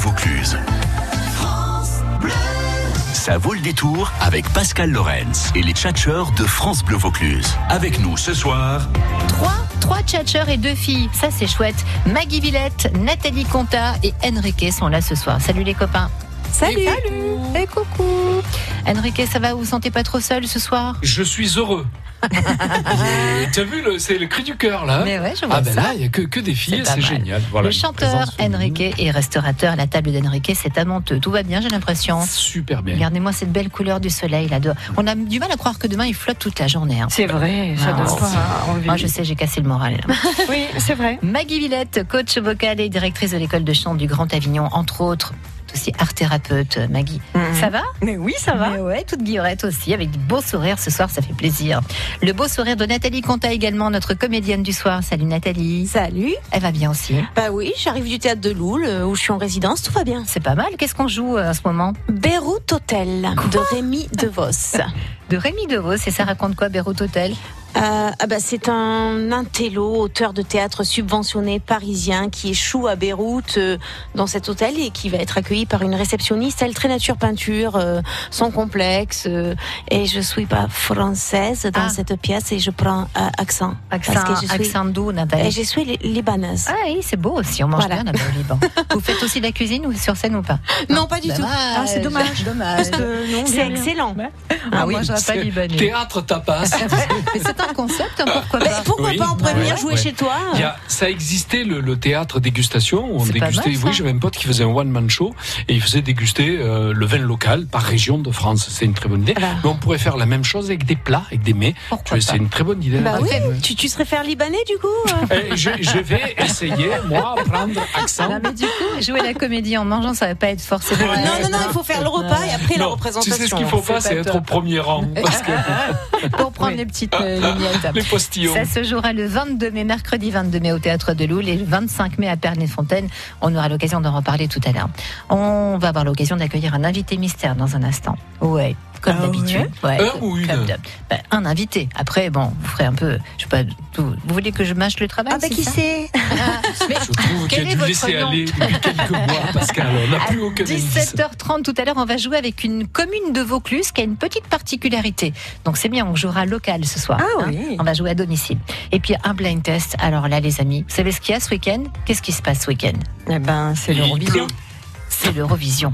Vaucluse. France Bleu. Ça vaut le détour avec Pascal Lorenz et les tchatcheurs de France Bleu Vaucluse. Avec nous ce soir. 3 trois tchatcheurs et deux filles. Ça, c'est chouette. Maggie Villette, Nathalie Conta et Enrique sont là ce soir. Salut les copains. Salut. Salut. Et coucou. Enrique, ça va Vous vous sentez pas trop seul ce soir Je suis heureux. Et T'as vu, le- c'est le cri du cœur là. Mais ouais, je vois ah ben ça. là, il n'y a que, que des filles, pas c'est mal. génial. Voilà, le une chanteur présence féminine. Enrique est restaurateur. La table d'Enrique, c'est amenteux. Tout va bien, j'ai l'impression. Super bien. Regardez-moi cette belle couleur du soleil là dehors. On a du mal à croire que demain il flotte toute la journée. hein. C'est vrai, Ah, ça donne c'est- pas envie. Moi, je sais, j'ai cassé le moral. Oui, c'est vrai. Maggie Villette, coach vocal et directrice de l'école de chant du Grand Avignon, entre autres. C'est aussi art thérapeute, Maggie. Ça va Mais oui, ça va. Mais ouais, toute guillerette aussi, avec du beau sourire ce soir, ça fait plaisir. Le beau sourire de Nathalie Conta également, notre comédienne du soir. Salut Nathalie. Salut. Elle va bien aussi. Bah oui, j'arrive du théâtre de Loul euh, où je suis en résidence, tout va bien. C'est pas mal. Qu'est-ce qu'on joue euh, en ce moment Beyrouth Hotel de Rémi DeVos. De Euh, Rémi Devos, et ça raconte quoi, Beyrouth Hotel ah bah c'est un intello, auteur de théâtre subventionné parisien qui échoue à Beyrouth euh, dans cet hôtel et qui va être accueilli par une réceptionniste, elle très nature peinture, euh, sans complexe. euh, et je suis pas française dans Ah. cette pièce et je prends euh, accent. Accent, Parce que je suis- accent d'où, Et Nathalie je suis li- libanaise. Ah oui, c'est beau aussi, on mange Voilà. bien là-bas au Liban. Vous faites aussi de la cuisine ou sur scène ou pas non, pas du tout. Ah, c'est dommage. dommage. Parce que non, Bah C'est bien, bien. excellent. Ah oui, moi, je C'est pas libanais. Théâtre tapas. Mais c'est un concept, hein, pourquoi Bah, pas pourquoi Oui. pas en prévenir Ouais. jouer Ouais. chez toi Il y a- ça existait le, le théâtre dégustation où on C'est pas dégustait. mal, ça. oui, j'avais un pote qui faisait un one man show et il faisait déguster euh, le vin local par région de France. C'est une très bonne idée. Voilà. Mais on pourrait faire la même chose avec des plats, avec des mets. Tu vois, Pourquoi Ah bah. pas C'est une très bonne idée. Bah oui, Ouais. tu, tu serais faire libanais du coup euh Eh, je, je vais essayer moi prendre accent. Non, Ah, mais du coup, jouer la comédie en mangeant, ça va pas être forcément. Ouais. Non, non, non, il faut faire le repas et après la Non, représentation. Tu sais ce qu'il faut pas, c'est c'est pas être au top. premier rang. Parce que Pour prendre Oui. les petites euh, vignettes. les postillons. Ça se jouera le 22 mai, mercredi 22 mai au Théâtre de Loul et le 25 mai à Pernay-Fontaine. On aura l'occasion d'en reparler tout à l'heure. On va avoir l'occasion d'accueillir un invité mystère dans un instant. Ouais. Comme Ah d'habitude. Ouais, Un comme- ou une comme d'hab. Ben, Un invité. Après, bon, vous ferez un peu. Je sais pas. Tout. Vous voulez que je mâche le travail Ah bah c'est qui ça c'est Ah, mais- Je trouve Quel qu'il a est dû votre laisser nom aller depuis quelques mois, Pascal. On n'a plus aucun indice. 17h30 tout à l'heure, on va jouer avec une commune de Vaucluse qui a une petite particularité. Donc c'est bien, on jouera local ce soir. Ah hein. oui. On va jouer à domicile. Et puis un blind test. Alors là, les amis, vous savez ce qu'il y a ce week-end Qu'est-ce qui se passe ce week-end Eh ben, c'est Il l'Eurovision. pleut. C'est l'Eurovision.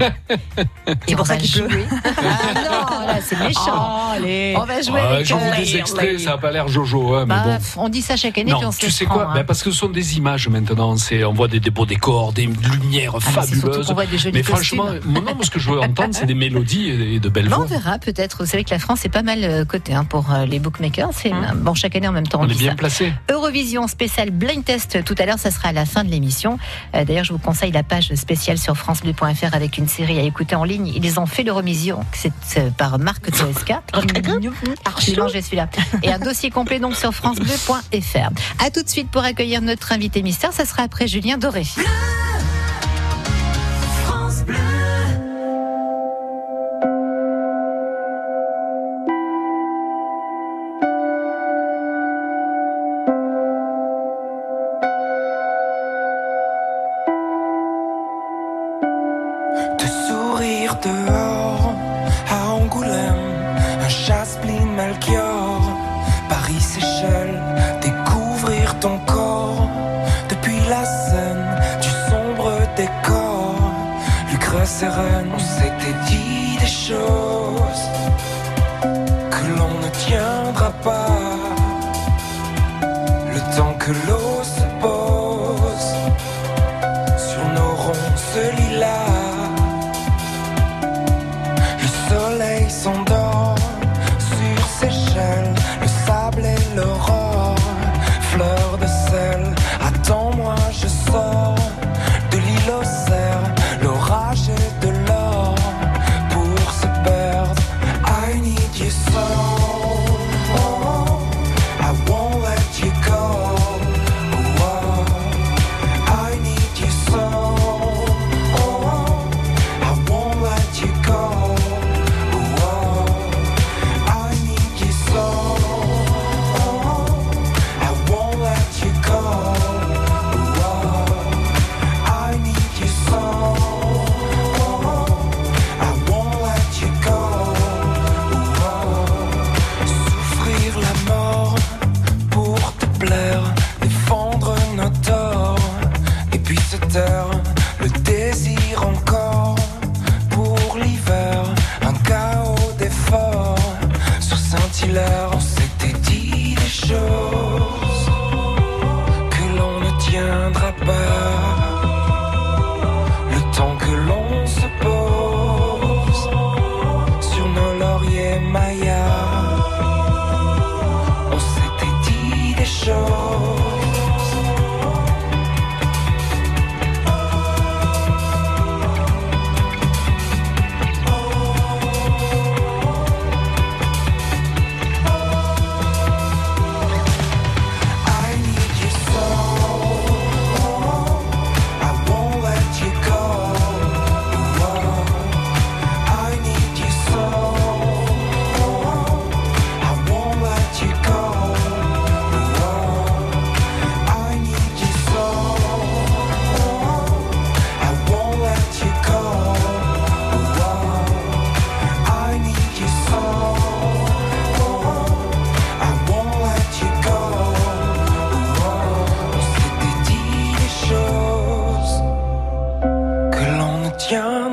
Et pour on ça va qu'il pleut. Oh. jouer. Ah non, là c'est méchant. allez. On va jouer Ouais, avec. Ah, J'en euh, vois des extraits, ça n'a pas l'air Jojo, hein, mais bah, bon. On dit ça chaque année, puis Non, on se tu sais prend, quoi hein. Ben, Parce que ce sont des images maintenant. C'est, on voit des, des beaux décors, des lumières Ah, mais c'est surtout fabuleuses. qu'on voit des jolis Mais franchement, costumes. mon nom, ce que je veux entendre, c'est des mélodies et et de belles Bah, on voix. verra peut-être. Vous savez que la France est pas mal euh, cotée hein, pour euh, les bookmakers. C'est Hein. bon chaque année en même temps. On dit est bien ça. placé. Eurovision spécial blind test tout à l'heure, ça sera à la fin de l'émission. Euh, D'ailleurs, je vous conseille la page spéciale sur francebleu.fr avec une série à écouter en ligne. Ils ont fait l'Eurovision, c'est euh, par Marc Mmh. TSK. J'ai mangé celui-là. Et un dossier complet donc sur francebleu.fr. À tout de suite pour accueillir notre invité mystère, ça sera après Julien Doré. de sourire dehors à Angoulême, un chasplin Melchior, Paris Seychelles, découvrir ton corps depuis la scène du sombre décor. Lucre sereine, on s'était dit des choses que l'on ne tiendra pas. Le temps que l'eau se pose sur nos ronds celui-là. Le soleil s'endort sur Seychelles, le sable et l'aurore, fleur de sel. Attends-moi, je sors de l'île au cerf, l'orage est de l'or pour se perdre. I need you so. I won't let you go. Oh, oh. I need you so. Oh, I won't let you go. Oh, I need you so. I won't let you go. Oh, I need you so.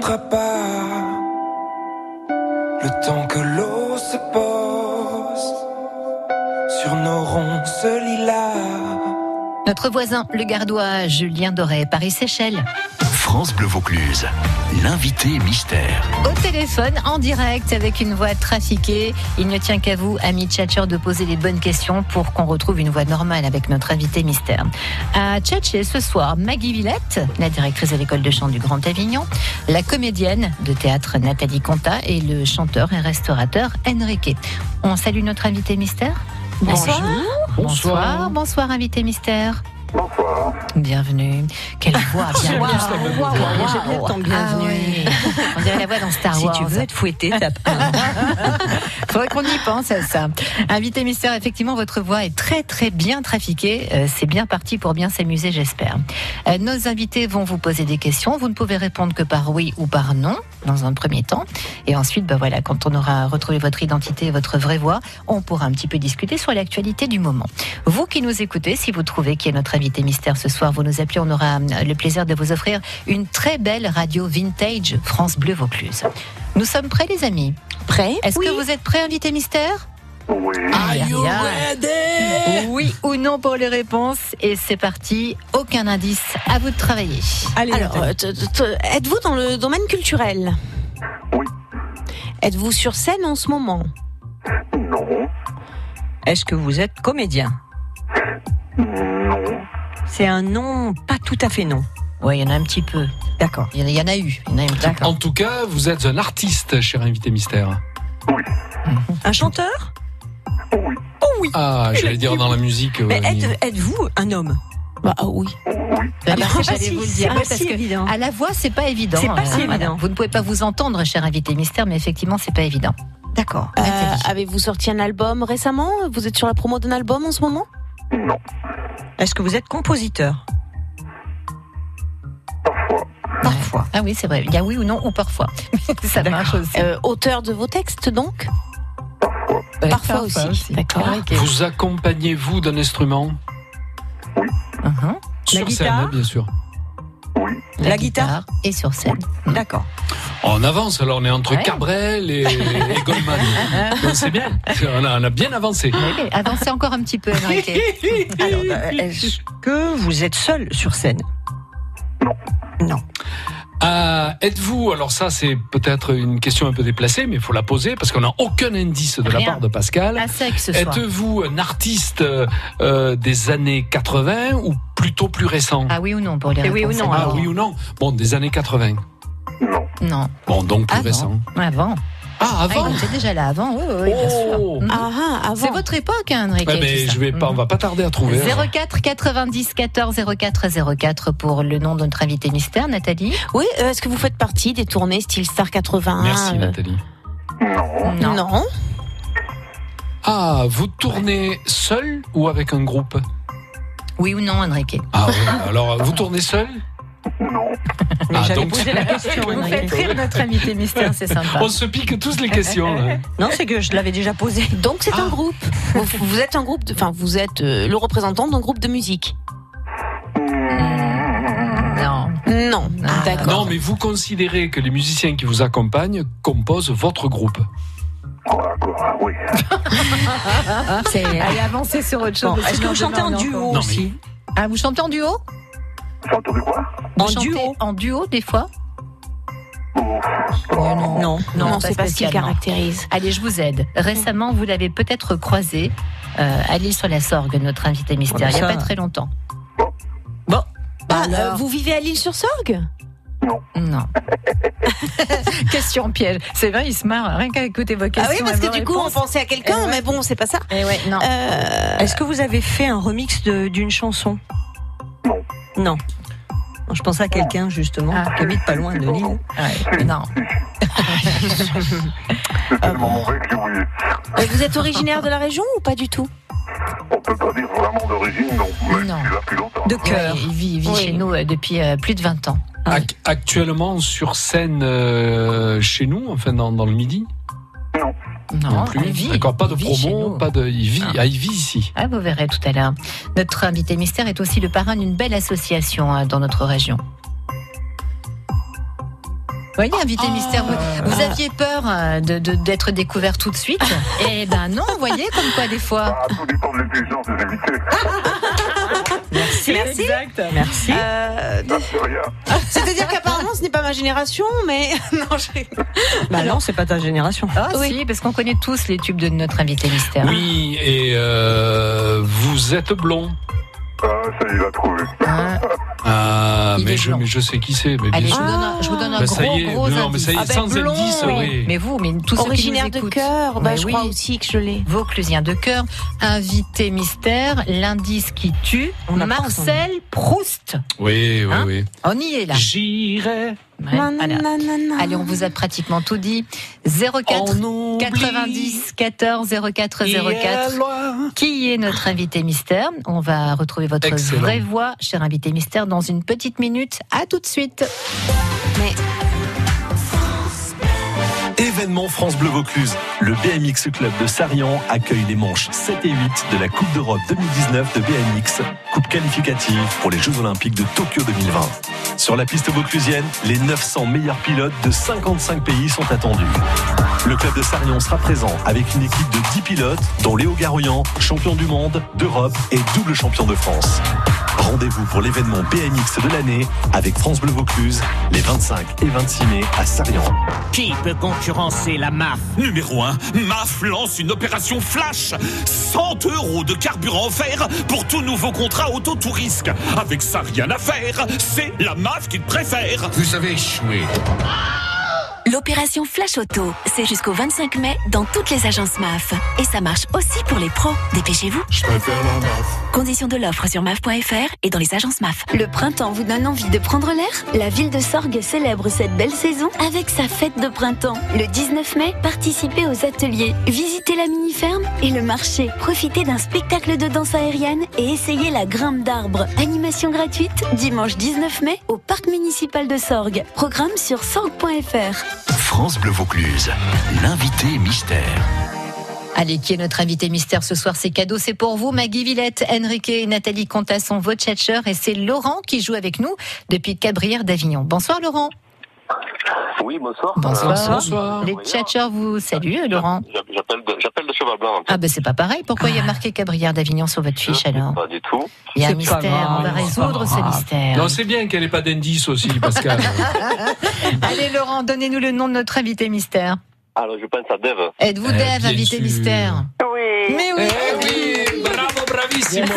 prépare le temps que l'eau se pose sur nos ronces lilas. Notre voisin, le gardois Julien Doré, Paris-Séchelles. France Bleu Vaucluse, l'invité mystère. Au téléphone, en direct, avec une voix trafiquée. Il ne tient qu'à vous, amis Tchatchers, de poser les bonnes questions pour qu'on retrouve une voix normale avec notre invité mystère. À Tchatcher, ce soir, Maggie Villette, la directrice de l'école de chant du Grand Avignon, la comédienne de théâtre Nathalie Conta et le chanteur et restaurateur Enrique. On salue notre invité mystère Bonsoir. Bonsoir, bonsoir, invité mystère. Bonsoir. Bienvenue. Quelle voix, bien Waouh, waouh. waouh, waouh, J'aime bien ton bienvenue. Ah ouais. On dirait la voix dans Star Si Wars. tu veux être fouetté, tape Faudrait qu'on y pense à ça. Invité mystère, effectivement, votre voix est très très bien trafiquée. Euh, c'est bien parti pour bien s'amuser, j'espère. Euh, nos invités vont vous poser des questions. Vous ne pouvez répondre que par oui ou par non dans un premier temps. Et ensuite, ben voilà, quand on aura retrouvé votre identité et votre vraie voix, on pourra un petit peu discuter sur l'actualité du moment. Vous qui nous écoutez, si vous trouvez qui est notre invité mystère ce soir, vous nous appelez. On aura euh, le plaisir de vous offrir une très belle radio vintage France Bleu Vaucluse. Nous sommes prêts, les amis. Prêt Est-ce Oui. que vous êtes prêt, invité mystère Oui. Oui ou non pour les réponses. Et c'est parti. Aucun indice. À vous de travailler. Allez, Alors, euh, t- t- t- êtes-vous dans le domaine culturel Oui. Êtes-vous sur scène en ce moment Non. est-ce que vous êtes comédien Non. C'est un nom pas tout à fait non. Oui, il y en a un petit peu. D'accord. Il y en a- il y en a eu. Il y en a un petit peu. En tout cas, vous êtes un artiste, cher invité mystère. Un chanteur Oh Oui. Ah, j'allais dire dans la musique. euh, Mais il- êtes- êtes-vous un homme Bah ah oui. Oui. Bah, parce que Ah, j'allais si, vous le c'est dire. hein, pas parce si que évident. à la voix, c'est pas évident. hein, C'est pas si évident. Vous ne pouvez pas vous entendre, cher invité mystère, mais effectivement, c'est pas évident. D'accord. Euh, Nathalie. Avez-vous sorti un album récemment Vous êtes sur la promo d'un album en ce moment Non. Est-ce que vous êtes compositeur Parfois. Parfois. Ah oui, c'est vrai. Il y a oui ou non ou parfois. Ça D'accord. marche aussi. Euh, Auteur de vos textes donc Ouais, parfois aussi. D'accord. Enrique. Vous accompagnez-vous d'un instrument Mhm. Sur guitare scène, bien sûr. Oui. La, guitare, et sur scène. D'accord. On avance, alors on est entre Ouais. Cabrel et, et Goldman. Donc, C'est bien, on a, on a bien avancé. Allez, Avancez Ah, encore un petit peu, Enrique. Alors, euh, est-ce que vous êtes seul sur scène Ah, Êtes-vous, alors ça c'est peut-être une question un peu déplacée, mais il faut la poser parce qu'on n'a aucun indice de la Rien. part de Pascal. À sec ce soir. Êtes-vous un artiste euh, euh, des années 80 ou plutôt plus récent Ah oui ou non pour les Et oui réponses, ou non, Ah, Enrique. oui ou non Bon, des années 80. Non. Non, Bon, donc plus Avant. récent. avant. Ah, Ah, avant il était déjà là avant, oui, oui, oui, bien sûr. Oh. Mhm. Ah ah, avant. C'est votre époque, hein, Enrique. Eh ben, tout ça. je vais pas, on Mhm. va pas tarder à trouver. hein, 04 90 14 04 04 pour le nom de notre invité mystère, Nathalie. Oui, euh, est-ce que vous faites partie des tournées style Star 81 Merci euh, Nathalie. Non. Non. Ah, vous tournez seul ou avec un groupe Oui ou non, Enrique Ah ouais, alors vous tournez seul Non. Mais Ah, j'avais donc- posé la question. Vous Enrique. faites rire notre invité mystère, c'est sympa. On se pique tous les questions. là. Non, c'est que je l'avais déjà posée. Donc c'est Ah. un groupe. Vous, vous êtes un groupe, de- enfin vous êtes euh, le représentant d'un groupe de musique. Non. Non. Ah. D'accord. Non, mais vous considérez que les musiciens qui vous accompagnent composent votre groupe. Quoi, quoi, oui. Allez, avancez sur autre euh, Bon, chose. Est-ce que vous chantez en duo mais- aussi Ah, vous chantez en duo J'ai entendu quoi Vous En chantez duo Oh, En duo, des fois Non, non. Non, Non, c'est pas pas ce qui le spécialement. caractérise. Allez, je vous aide. Récemment, vous l'avez peut-être croisé euh, à l'île sur la Sorgue, notre invité mystère, il n'y a Ça. pas très longtemps. Ah, Bah alors. euh, vous vivez à Ah l'île sur Sorgue Non. Question piège. C'est vrai, il se marre rien qu'à écouter vos questions. Ah oui, parce et que vos du coup on réponses. pensait à quelqu'un, Eh ouais. mais bon c'est pas ça. Eh ouais, non. Euh, Est-ce que vous avez fait un remix de- d'une chanson Non. Non. Je pensais à quelqu'un justement Ah. qui habite pas loin de Lille. Ouais, non. C'est tellement mauvais que j'ai oublié. euh, vous êtes originaire de la région ou pas du tout On peut pas dire vraiment d'origine, non. Mais Non. je suis là depuis longtemps. De cœur. Ouais, il vit, il vit Oui. chez nous euh, depuis euh, plus de 20 ans. Ah oui. Ac- actuellement sur scène euh, chez nous, enfin dans, dans le midi, Non, non plus. Ah, il vit. D'accord, pas il de vit chez promo, nous. pas de. Il vit, Ah. ah, il vit ici. Ah, vous verrez tout à l'heure. Notre invité mystère est aussi le parrain d'une belle association hein, dans notre région. Vous voyez, invité mystère, vous, vous aviez peur euh, de- de- d'être découvert tout de suite. Eh ben non, vous voyez, comme quoi des fois. Ah, tout dépend de l'intelligence des invités. Merci. Exact. Merci. Euh, Ah, c'est rien. C'est-à-dire qu'apparemment, ce n'est pas ma génération, mais non, j'ai- Bah non, c'est pas ta génération. Ah si, parce qu'on connaît tous les tubes de notre invité mystère. Oui, et euh, vous êtes blond. Ah, ça, il a trouvé. Hein Ah, Il est mais je, blond. Ah, mais je sais qui c'est. Mais bien Allez, je sûr. vous donne un, je vous donne un Bah, gros, ça y est, gros non, mais indice. ça y est, Ah ben, sans blond, indice, oui. Mais vous, mais tous ceux qui nous originaire de écoutent. cœur. Bah, Mais je oui. crois aussi que je l'ai. Vauclusien de cœur, invité mystère, l'indice qui tue, On a pas Marcel Proust. Oui, oui, Hein oui. On y est là. J'irai Ouais, voilà. Nanana. Allez, on vous a pratiquement tout dit. 04 en 90 14 04 04. Qui est notre invité mystère On va retrouver votre Excellent. vraie voix, cher invité mystère, dans une petite minute. À tout de suite. Événement France Bleu Vaucluse. Le BMX Club de Sarian accueille les manches 7 et 8 de la Coupe d'Europe 2019 de BMX, coupe qualificative pour les Jeux Olympiques de Tokyo 2020. Sur la piste vauclusienne, les 900 meilleurs pilotes de 55 pays sont attendus. Le club de Sarion sera présent avec une équipe de 10 pilotes, dont Léo Garouillan, champion du monde, d'Europe et double champion de France. Rendez-vous pour l'événement BMX de l'année avec France Bleu Vaucluse les 25 et 26 mai à Sarian. Qui peut concurrencer la MAF Numéro 1, MAF lance une opération flash. 100 euros de carburant offert pour tout nouveau contrat auto tout risque. Avec ça, rien à faire. C'est la MAF qu'il préfère. Vous avez échoué. L'opération Flash Auto, c'est jusqu'au 25 mai dans toutes les agences MAF. Et ça marche aussi pour les pros. Dépêchez-vous. Conditions de l'offre sur MAF.fr et dans les agences MAF. Le printemps vous donne envie de prendre l'air La ville de Sorgue célèbre cette belle saison avec sa fête de printemps. Le 19 mai, participez aux ateliers, visitez la mini-ferme et le marché, profitez d'un spectacle de danse aérienne et essayez la grimpe d'arbres. Animation gratuite, dimanche 19 mai, au parc municipal de Sorgue. Programme sur sorgue.fr. France Bleu Vaucluse, l'invité mystère. Allez, qui est notre invité mystère ce soir C'est cadeau, c'est pour vous. Maggie Villette, Enrique et Nathalie Contas sont vos tchatcheurs et c'est Laurent qui joue avec nous depuis Cabrières d'Avignon. Bonsoir Laurent. Oui, bonsoir. Bonsoir. Bonsoir. Les tchatcheurs vous saluent, euh, Laurent. Euh, J'appelle de, j'appelle de Cheval Blanc. Ah ben c'est pas pareil, pourquoi il y a marqué Cabrières d'Avignon sur votre fiche alors Pas du tout. Il y a un C'est pas mystère, grave, on va c'est pas résoudre ce grave. mystère. Non, c'est bien qu'elle n'ait pas d'indice aussi, Pascal. Ah Allez Laurent, donnez-nous le nom de notre invité mystère. Alors, je pense à Dev. Êtes-vous Eh, Dave, bien invité sûr. mystère Oui. Mais eh oui. oui, bravo, bravissimo.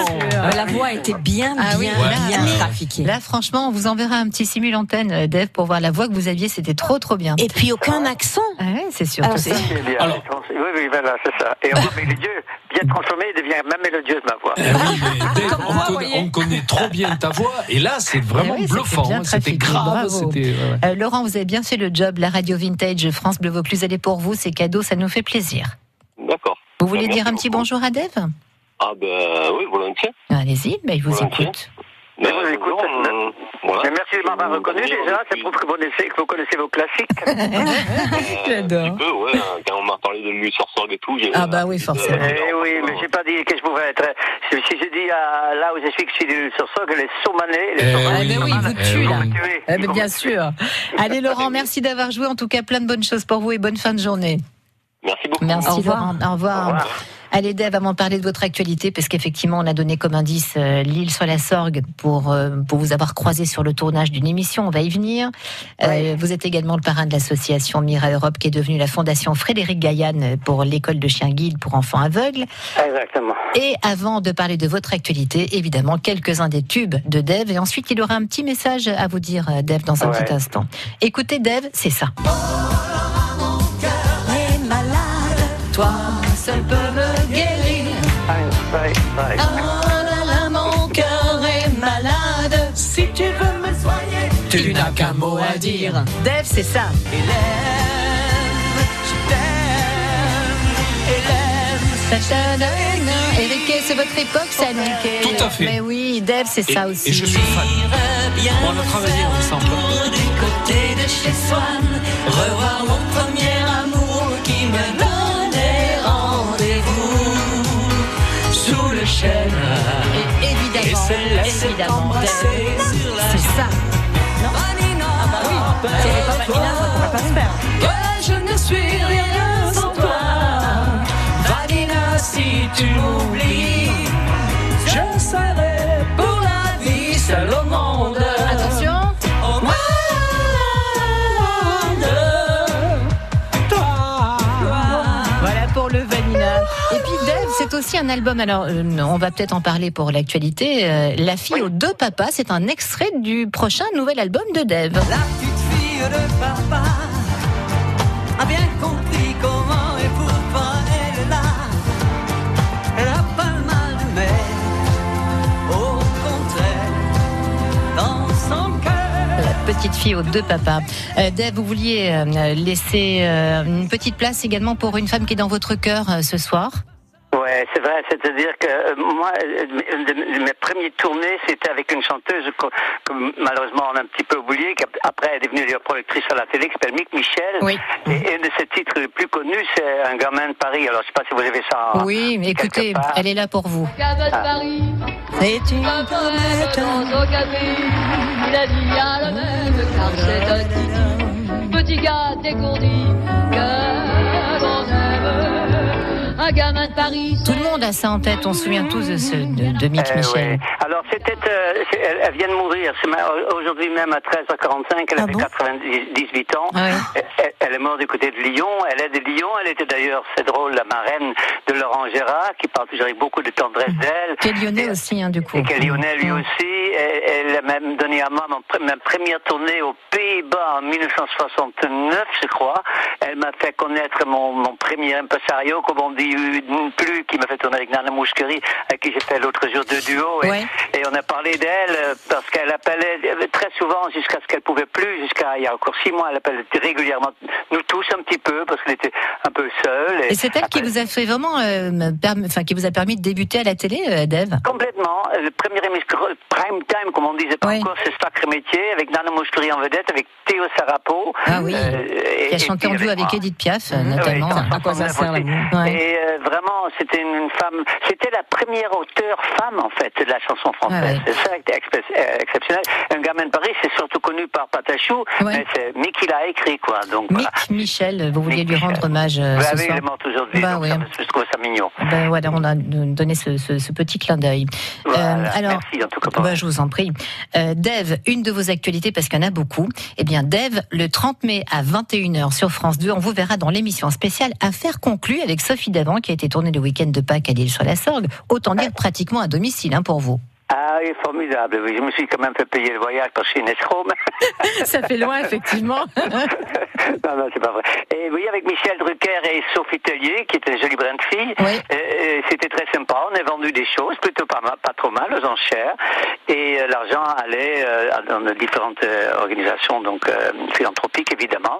La voix était bien, bien, Ah oui, là, bien mais- trafiquée. Là franchement, on vous enverra un petit simul-antenne, euh, Dave, pour voir la voix que vous aviez, c'était trop trop bien. Et puis aucun accent. Ah ouais, c'est sûr. Alors, c'est- Alors- Oui, oui, voilà, c'est ça. Et on voit mélodieux, bien transformé, il devient même mélodieux, ma voix. Eh oui, mais Ah, Dave, Comme on, moi, connaît, voyez. on connaît trop bien ta voix, et là, c'est vraiment Eh oui, c'était bluffant. bien hein. C'était trafiqué, grave, bravo. c'était. ouais, ouais. Euh, Laurent, vous avez bien fait le job. La radio vintage France Bleu Vaucluse, elle est pour vous. C'est cadeau, ça nous fait plaisir. D'accord. Vous voulez Merci dire un petit beaucoup. bonjour à Dave Ah, ben oui, volontiers. Allez-y, ben, il vous Volontiers. écoute. Mais vous merci de m'avoir reconnu déjà, c'est pour que vous connaissez, que vous connaissez vos classiques. J'adore. Euh, Un petit peu, ouais, hein, quand on m'a parlé de lui sur Sorgue et tout. j'ai- Ah bah oui, forcément. Eh oui, mais j'ai pas dit que je pouvais être. Si si je dis ah, là où je suis que je suis du- sur Sorgue, les Saumanais, les Eh Saumanais, oui, ben oui, il vous eh tue, oui. là. tués. Eh ben, bien sûr. Allez Laurent, merci d'avoir joué. En tout cas, plein de bonnes choses pour vous et bonne fin de journée. Merci beaucoup. Merci Au revoir. Laurent. Au revoir. Au revoir. Allez Dave, avant de parler de votre actualité, parce qu'effectivement, on a donné comme indice euh, l'île sur la Sorgue pour, euh, pour vous avoir croisé sur le tournage d'une émission, on va y venir. Euh, vous êtes également le parrain de l'association Mira Europe, qui est devenue la fondation Frédéric Gaillan pour l'école de chiens guides pour enfants aveugles. Exactement. Et avant de parler de votre actualité, évidemment, quelques-uns des tubes de Dev. Et ensuite, il aura un petit message à vous dire, euh, Dev, dans un Ouais. petit instant. Écoutez, Dev, c'est ça. Toi seul peux me guérir. Bye, bye. mon cœur est malade. Si tu veux me soigner, Tu n'as qu'un mot à dire. Dev, c'est ça. Enrique, c'est votre époque, ça, Enrique. Tout à fait. Mais oui, Dev, c'est Et- ça aussi. Et je suis fan. On a travaillé ensemble. Et évidemment, évidemment, Dev, c'est ça. Non Ah bah oui, c'est l'époque Manila, votre j'espère. Que je ne suis rien sans toi. Vanina, si tu m'oublies, je serai pour la vie seul au monde. Attention. Au monde. Voilà pour le Vanina. Et puis Dave, c'est aussi un album. Alors, euh, on va peut-être en parler pour l'actualité. Euh, La fille aux deux papas, c'est un extrait du prochain nouvel album de Dave. fille de papa a bien compris comment et pourquoi elle est là. Elle a pas le mal de mer, au contraire, dans son cœur. La petite fille aux deux papas. Euh, Dave, vous vouliez euh, laisser euh, une petite place également pour une femme qui est dans votre cœur euh, ce soir. Ouais, c'est vrai. C'est-à-dire que euh, moi, euh, une de mes- mes premières tournées, c'était avec une chanteuse que, que malheureusement on a un petit peu oubliée. Après, elle est devenue productrice à la télé, qui s'appelle Mick Michel. Et un de ses titres les plus connus, c'est Un gamin de Paris. Alors, je sais pas si vous avez ça. hein. Ah. en- Oui, mais écoutez, elle est là pour vous. Cabot Paris, C'est une un poète dans un café. Il a dit à la même, car c'est un titi, petit gars dégourdi, que l'on aime. Un gamin de Paris, Tout le monde a ça en tête. On se souvient tous de, ce, de, de Mick Euh, Michel. ouais. Alors, c'était, euh, c'est- elle, elle vient de mourir. C'est ma- Aujourd'hui même, à 13h45, Ah elle avait 98 ans. Elle- Elle, elle est morte du côté de Lyon. Elle est de Lyon. Elle était d'ailleurs, c'est drôle, la marraine de Laurent Gérard, qui parle toujours avec beaucoup de tendresse Mm. d'elle. Qui est lyonnais aussi, hein, du coup. Et qu'elle est lyonnais lui aussi. Elle, elle a même donné à moi mon pre- ma première tournée aux Pays-Bas en 1969, je crois. Elle m'a fait connaître mon, mon premier impresario, comme on dit euh, non plus, qui m'a fait tourner avec Nana Mouchkeri, avec qui j'ai fait l'autre jour deux duos. Et, et on a parlé d'elle euh, parce qu'elle appelait euh, très souvent jusqu'à ce qu'elle pouvait plus, jusqu'à il y a encore six mois, elle appelait régulièrement nous tous un petit peu parce qu'elle était un peu seule. Et c'est elle qui vous a fait vraiment, euh, perm- enfin, qui vous a permis de débuter à la télé, euh, Dave. Complètement. Euh, Le premier émission- prime time, comme on disait pas encore, c'est sacré métier, avec Nana Mouchkiri en vedette, avec Théo Sarapo. Euh, Ah oui. et, Qui a chanté en duo avec Edith Piaf, Mm-hmm. euh, notamment. À quoi ça sert Et euh, vraiment, c'était une, une femme, c'était la première auteure femme, en fait, de la chanson française. Ah C'est ça qui était expé- euh, exceptionnel. Un gamin de Paris, c'est surtout connu par Patachou, mais c'est mais qui l'a écrit, quoi. Donc, voilà. Michel, vous vouliez lui rendre hommage euh, Bah ce oui, il soir. est mort aujourd'hui, Bah donc oui. ça me- je trouve ça mignon. Ben voilà, on a donné ce, ce- ce petit clin d'œil. Euh, alors, ben, je vous en prie. Euh, Dave, une de vos actualités, parce qu'il y en a beaucoup. Eh bien, Dave, le 30 mai à 21h sur France 2, on vous verra dans l'émission spéciale Affaires conclues avec Sophie Davant, qui a été tournée le week-end de Pâques à l'île sur la Sorgue. Autant dire pratiquement à domicile hein, pour vous. Ah oui, formidable. Oui, Je me suis quand même fait payer le voyage parce que je suis escroc. Ça fait loin, effectivement. non, non, c'est pas vrai. Et oui, avec Michel Drucker et Sophie Tellier, qui était une jolie brun de fille, euh, euh, c'était très sympa. On a vendu des choses, plutôt pas, mal, pas trop mal, aux enchères. Et euh, l'argent allait euh, dans de différentes euh, organisations, donc euh, philanthropiques, évidemment.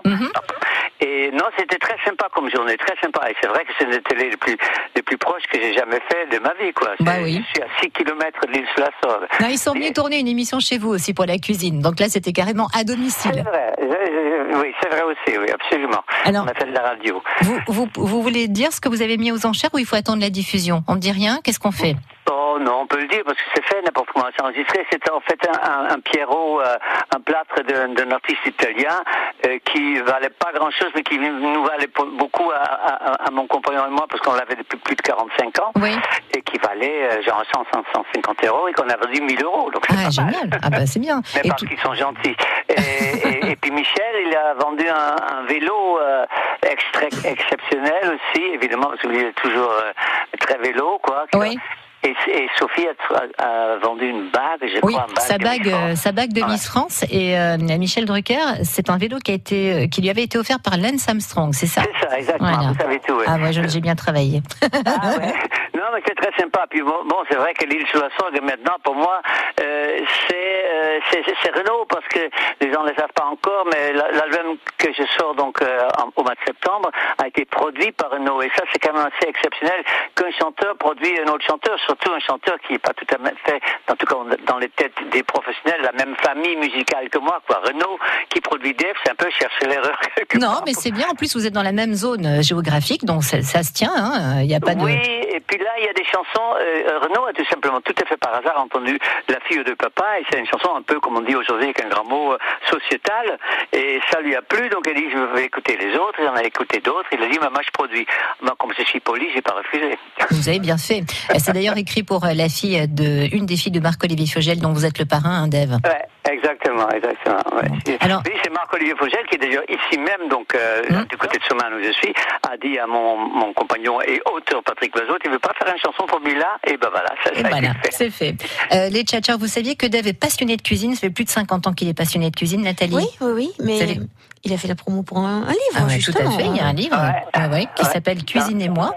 Et non, c'était très sympa comme journée, très sympa. Et c'est vrai que c'est une des télés les plus, les plus proches que j'ai jamais fait de ma vie, quoi. C'est- Je suis à 6 km de l'île sur la Sorgue. Non, ils sont venus tourner une émission chez vous aussi pour la cuisine. Donc là, c'était carrément à domicile. C'est vrai, je- je- oui, c'est vrai aussi, oui, absolument. On a fait de la radio. Vous, vous, vous voulez dire ce que vous avez mis aux enchères ou il faut attendre la diffusion On ne dit rien Qu'est-ce qu'on fait Oh non, on peut le dire parce que c'est fait n'importe comment, c'est enregistré. C'est en fait un, un, un Pierrot, euh, un plâtre d'un d'un artiste italien euh, qui valait pas grand-chose, mais qui nous valait pour- beaucoup à, à- à mon compagnon et moi parce qu'on l'avait depuis plus de 45 ans et qui valait euh, genre 100, 100, 150 euros et qu'on a vendu 1000 euros. Donc Ah, génial Ah, bah, c'est bien mais parce qu'ils sont gentils. Et, et- et puis Michel, il a vendu un, un vélo euh, extra- exceptionnel aussi, évidemment, parce qu'il est toujours euh, très vélo, quoi. Et, et Sophie a, a vendu une bague, je Oui, crois, une bague sa de bague, Miss euh, sa bague de Miss France et euh, Michel Drucker, c'est un vélo qui, a été, euh, qui lui avait été offert par Lance Armstrong, c'est ça C'est ça, exactement. Voilà. Vous savez tout. ouais. Ah, moi, je- j'ai bien travaillé. Non, mais c'est très sympa. Puis bon, bon, c'est vrai que l'île sur la Sorgue, maintenant, pour moi, euh, c'est, euh, c'est, c'est- c'est Renault, parce que les gens ne le savent pas encore, mais la- l'album que je sors donc euh, en- au mois de septembre a été produit par Renault. Et ça, c'est quand même assez exceptionnel qu'un chanteur produit un autre chanteur, surtout un chanteur qui n'est pas tout à fait, en tout cas dans les têtes des professionnels, la même famille musicale que moi, quoi. Renault qui produit Dave, c'est un peu chercher l'erreur. Non, mais c'est bien. En plus, vous êtes dans la même zone euh, géographique, donc ça, ça se tient. hein. Il n'y a pas de. Oui, et puis là, là, il y a des chansons. euh, Renaud a tout simplement, tout à fait par hasard, entendu La fille de papa, et c'est une chanson un peu, comme on dit aujourd'hui avec un grand mot, euh, sociétale, et ça lui a plu, donc il a dit, je vais écouter les autres, il en a écouté d'autres, il a dit, maman, je produis. Moi, comme je suis poli, j'ai pas refusé. Vous avez bien fait. Euh, C'est d'ailleurs écrit pour euh, la fille de, une des filles de Marc-Olivier Fogel, dont vous êtes le parrain, hein, Dave. Ouais, exactement, exactement. ouais. oui, c'est Marc-Olivier Fogel qui est d'ailleurs ici même, donc euh, Hein du côté de Somain où je suis, a dit à mon, mon compagnon et auteur Patrick Bazot, tu veux pas faire une chanson pour Mila Et ben voilà, ça, ça a été Voilà, fait. c'est fait. Euh, les tchatchers, vous saviez que Dave est passionné de cuisine. Ça fait plus de 50 ans qu'il est passionné de cuisine, Nathalie. Oui, oui, oui, mais Vous savez- il a fait la promo pour un, un livre, Ah ouais, tout justement. à fait. Il y a hein. un livre ah ouais, qui s'appelle Cuisinez-moi.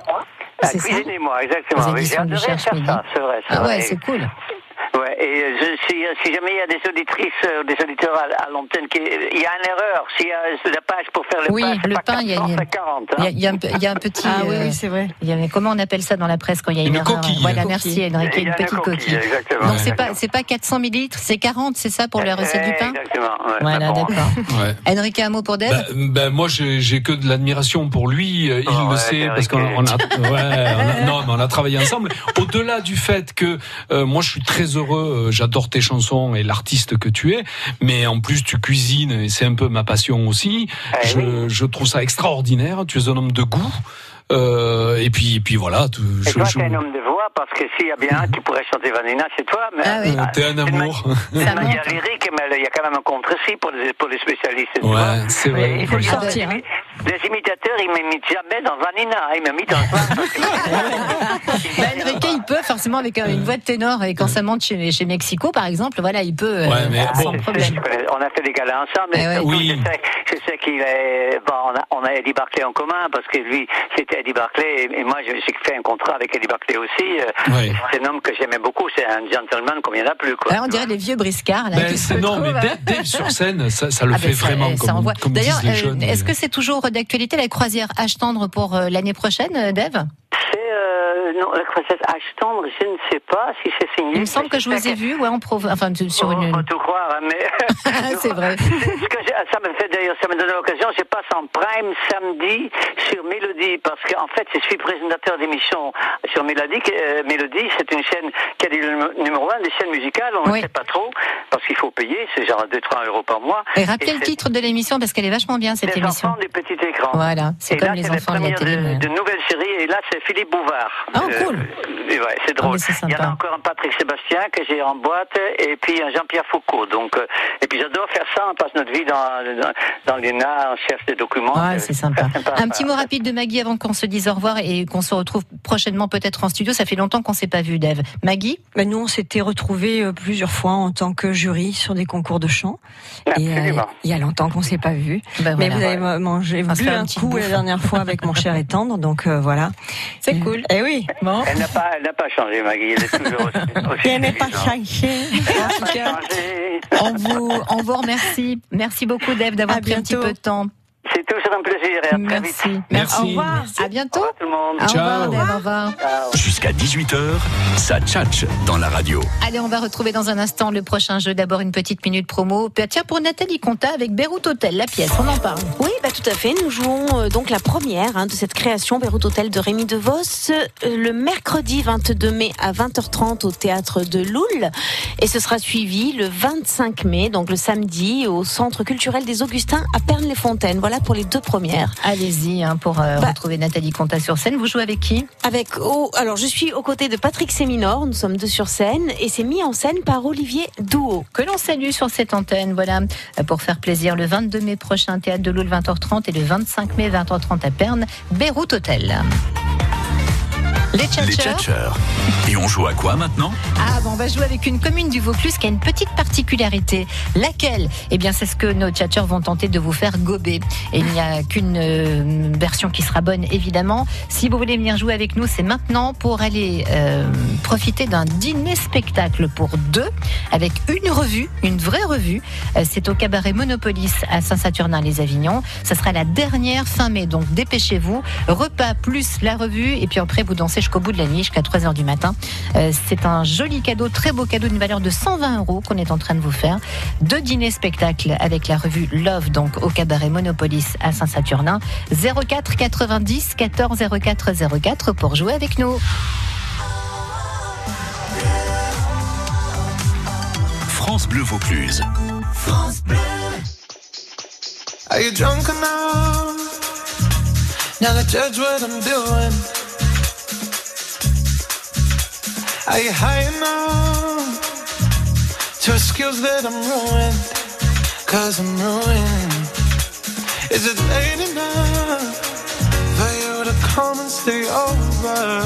Ah, C'est ça Cuisinez-moi, Aux exactement. Oui, J'ai éditions du adoré faire Cherche ça, Midi. c'est vrai. c'est Ah vrai. ouais, c'est cool. Ouais, et euh, je, si, euh, si jamais il y a des auditrices euh, des auditeurs à, à l'antenne, qui- il y a une erreur. S'il y a euh, la page pour faire le Oui, pain, c'est le pas pain, il y a- 40, c'est 40. Il y a- il y, a un peu- il y a un petit. euh, Ah oui, Euh, oui, c'est vrai. comment on appelle ça dans la presse quand il y a une, Une erreur coquille. Voilà, Une merci coquille. Enrique, Il y une a une petite coquille, coquille. exactement, Donc c'est exactement. pas, c'est pas 400 millilitres, c'est 40, c'est ça pour la recette du pain Exactement. ouais, Voilà, bah bon. d'accord. Ouais. Enrique, un mot pour Dave Ben, ben, moi, j'ai j'ai que de l'admiration pour lui. euh, Il Oh, le ouais, sait Eric, parce qu'on on a, Eric. ouais, on a- non, mais on a travaillé ensemble. Au-delà du fait que euh, moi, je suis très heureux. euh, J'adore tes chansons et l'artiste que tu es. Mais en plus, tu cuisines et c'est un peu ma passion aussi. Eh Ben Je, je trouve ça extraordinaire. Tu es un homme de goût. Euh, et puis, et puis voilà. Tu, Et je- toi, je- t'es un homme de voix, parce que s'il y a bien un qui pourrait chanter Vanina, c'est toi. Mais Ah, Euh, T'es un amour. de manière lyrique, mais il y a quand même un contre-si pour les, pour les spécialistes. tu Ouais, vois. c'est vrai, Et Ah, il faut le les- bah, sortir, Les, les imitateurs, ils m'imitent jamais dans Vanina. Ils m'imitent dans Bah, Enrique, il peut forcément avec euh, une voix de ténor et quand ça monte chez, chez Mexico, par exemple, voilà, il peut. euh, Ouais, mais sans bon. problème. Eh Je connais- On a fait des galas ensemble. et surtout, Je sais, je sais qu'il est. Bon, on a, on a Eddie Barclay en commun parce que lui, c'était Eddie Barclay et, et moi, j'ai j'ai fait un contrat avec Eddie Barclay aussi. euh, Bah, C'est un homme que j'aimais beaucoup. C'est un gentleman comme il n'y en a plus. Quoi. Alors, on dirait les vieux briscards. Là, Ben, qui se c'est- non, mais retrouvent. Dave, Dave sur scène, ça, ça le hein Ah ben, fait vraiment. ça comme- envoie. comme disent D'ailleurs, les euh, jeunes. est-ce que c'est toujours d'actualité la croisière H tendre pour euh, l'année prochaine, euh, Dave C'est euh, non, la princesse Ashton, je ne sais pas si c'est signé. Il me semble que je vous ai vu, ouais, en prov... enfin, de- sur une. Faut tout croire, hein, mais c'est vrai. Ce que j'ai- ça me fait d'ailleurs, ça me donne l'occasion. Je passe en prime samedi sur Mélodie parce qu'en fait, je suis présentateur d'émission sur Mélodie. que- euh, Mélodie, c'est une chaîne qui a dit le num- numéro un des chaînes musicales. On ne sait pas trop parce qu'il faut payer, c'est genre 2-3 euros par mois. Et rappelez le c'est- titre de l'émission parce qu'elle est vachement bien cette Les émission. enfants du petit écran. Voilà, c'est Et comme là, les c'est la enfants de la première télé. mais- de nouvelles séries et là c'est Philippe Bouvard. Ah, Euh, cool. et ouais, c'est drôle. Ah, mais c'est Il y en a sympa. encore un Patrick Sébastien que j'ai en boîte et puis un Jean-Pierre Foucault. Donc euh, et puis j'adore faire ça. On passe notre vie dans dans, dans l'ENA, on cherche des documents. Ah, Euh, c'est sympa. très Un petit mot rapide de Maggie avant qu'on se dise au revoir et qu'on se retrouve prochainement peut-être en studio. Ça fait longtemps qu'on s'est pas vu, Dave. Maggie Ben, nous, on s'était retrouvés euh, plusieurs fois en tant que jury sur des concours de chant. Et, euh, il y a longtemps qu'on s'est pas vu. Ah, Ben Mais voilà. vous avez ma- mangé On se bu fait un une petite coup bouffe. la dernière fois avec mon cher étendre, donc euh, voilà. C'est cool. Eh oui. Bon. Elle n'a pas elle n'a pas changé Maggie. Elle est toujours aussi. aussi Elle n'est pas intelligente. changée. En tout cas, On vous, on vous remercie. Merci beaucoup, Dave, d'avoir pris un petit peu de temps. C'est toujours un plaisir et à très vite. Merci. Au revoir. À bientôt. tout le monde. Au revoir, Dave. Au revoir. Jusqu'à 18h, ça tchatche dans la radio. Allez, on va retrouver dans un instant le prochain jeu. D'abord, une petite minute promo. Puis, Tiens, pour Nathalie Conta avec Beyrouth Hotel, la pièce. On en parle. Oui, bah tout à fait. Nous jouons euh, donc la première hein, de cette création Beyrouth Hotel de Rémi DeVos euh, le mercredi 22 mai à 20h30 au théâtre de Loul et ce sera suivi le 25 mai donc le samedi au centre culturel des Augustins à Pernes-les-Fontaines. Voilà pour les deux premières. Allez-y hein, pour euh, retrouver Nathalie Conta sur scène. Vous jouez avec qui Avec oh, alors je suis aux côtés de Patrick Séminor, nous sommes deux sur scène et c'est mis en scène par Olivier Douau. que l'on salue sur cette antenne, voilà, euh, pour faire plaisir le 22 mai prochain, Théâtre de Loul 20h30 et le 25 mai 20h30 à Perne, Beyrouth Hotel. Les Les tchatcheurs. tchatcheurs. Et on joue à quoi maintenant Ah bon, on va jouer avec une commune du Vaucluse qui a une petite particularité. Laquelle Eh bien, c'est ce que nos tchatcheurs vont tenter de vous faire gober. Et il n'y a qu'une euh, version qui sera bonne, évidemment. Si vous voulez venir jouer avec nous, c'est maintenant pour aller euh, profiter d'un dîner-spectacle pour deux avec une revue, une vraie revue. Euh, c'est au cabaret Monopolis à Saint-Saturnin-les-Avignon. Ça sera la dernière fin mai, donc dépêchez-vous. Repas plus la revue, et puis après vous dansez jusqu'au bout de la nuit, jusqu'à 3h du matin. Euh, c'est un joli cadeau, très beau cadeau d'une valeur de 120 euros qu'on est en train de vous faire. Deux dîners spectacles avec la revue Love, donc au cabaret Monopolis à Saint-Saturnin. 04 90 14 04 04 pour jouer avec nous. France Bleu Vaucluse. France Bleu. Are you drunk enough now to judge what I'm doing? Are you high enough to excuse that I'm ruined? Cause I'm ruined. Is it late enough for you to come and stay over?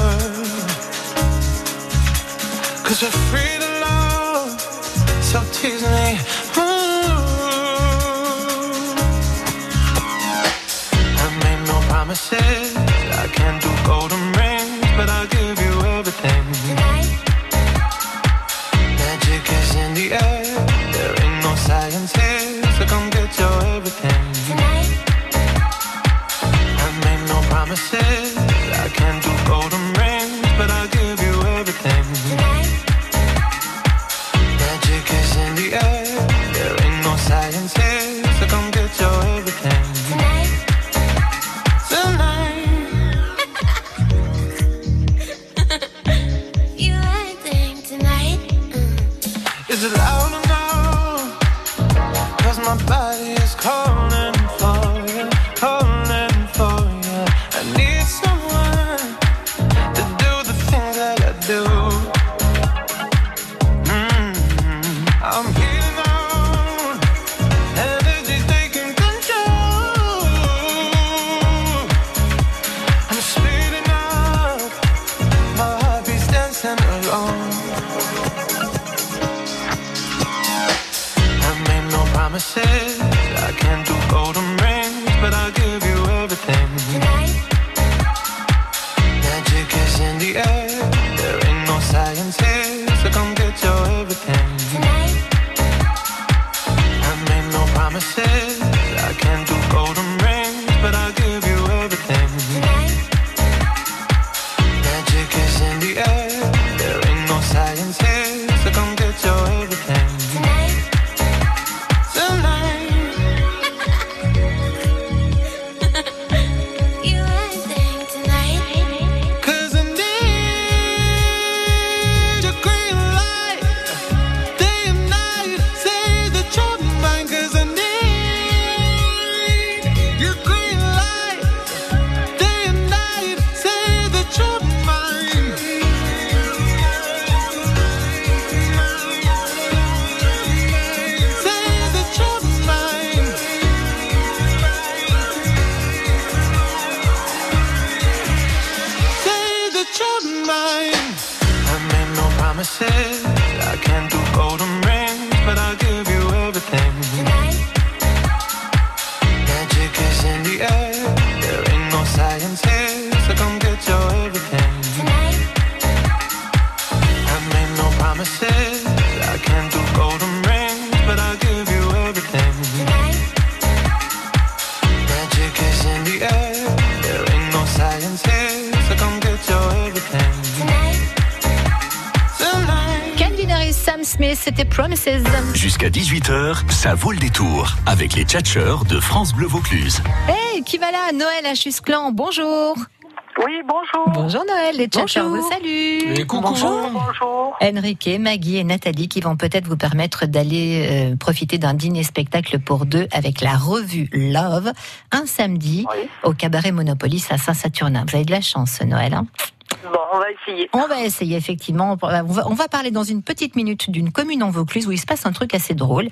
Cause we're free to love, so tease me. Ooh. I made no promises. I can't do golden rings, but I'll give you everything. Magic is in the air. There ain't no science here, so come get your everything. I made no promises. I can't do golden rings, but I'll give you everything. Magic is in the air. There ain't no science here, so come get your everything. Is it loud enough? 'Cause my body is calling for you, calling for you. I need someone to do the things that I do. Mm, I'm healing out, energy's taking control. I'm speeding up, my heartbeat's dancing alone. I made no promises. I can't do golden rings, but I'll give you everything. Magic is in the air. There ain't no science here, so come get your everything. I made no promises. I can't do golden rings, but I'll give you everything. Magic is in the air. There ain't no science here, so come get your everything. Say that you're mine. I made no promises. I can't do golden rings, but I'll give you everything. Magic is in the air. There ain't no science here, so come get your everything. I made no promises. I can't do golden rings, but I'll give you everything. Magic is in the air. There ain't no science here, so come get your everything. Calvin Harris, Sam Smith, c'était Promises. Jusqu'à 18h, ça vaut le détour avec les tchatcheurs de France Bleu Vaucluse. Hey, qui va là Noël à Chusclan, bonjour. Oui, bonjour. Bonjour Noël, les tchatcheurs vous saluent. Et coucou. Bonjour. Enrique, Maggie et Nathalie qui vont peut-être vous permettre d'aller euh, profiter d'un dîner-spectacle pour deux avec la revue Love un samedi au cabaret Monopolis à Saint-Saturnin. Vous avez de la chance Noël. hein Bon, on va essayer. on va essayer effectivement. On va, on va parler dans une petite minute d'une commune en Vaucluse où il se passe un truc assez drôle.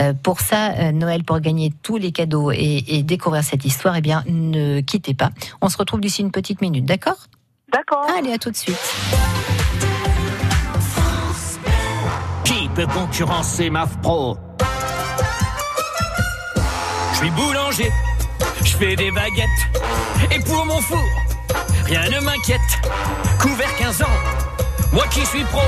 Euh, pour ça, euh, Noël, pour gagner tous les cadeaux et, et découvrir cette histoire, eh bien, ne quittez pas. On se retrouve d'ici une petite minute, d'accord D'accord. Allez, à tout de suite. Qui peut concurrencer MAF Pro Je suis boulanger, je fais des baguettes. Et pour mon four, rien ne m'inquiète. Couvert 15 ans, moi qui suis pro,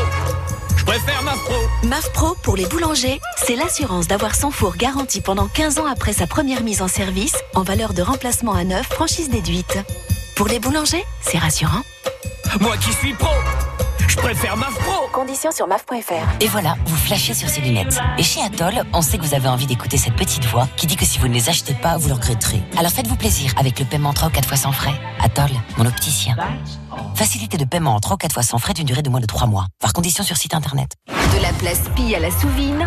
je préfère MAF Pro. MAF Pro pour les boulangers, c'est l'assurance d'avoir son four garanti pendant 15 ans après sa première mise en service, en valeur de remplacement à neuf, franchise déduite. Pour les boulangers, c'est rassurant. Moi qui suis pro, Je préfère MAF Pro. Conditions sur maf.fr. Et voilà, vous flashez sur ces lunettes. Et chez Atoll, on sait que vous avez envie d'écouter cette petite voix qui dit que si vous ne les achetez pas, vous le regretterez. Alors faites-vous plaisir avec le paiement 3 ou 4 fois sans frais. Atoll, mon opticien. Facilité de paiement en 3 ou 4 fois sans frais d'une durée de moins de 3 mois. Par conditions sur site internet. De la place Pie à la Souvine,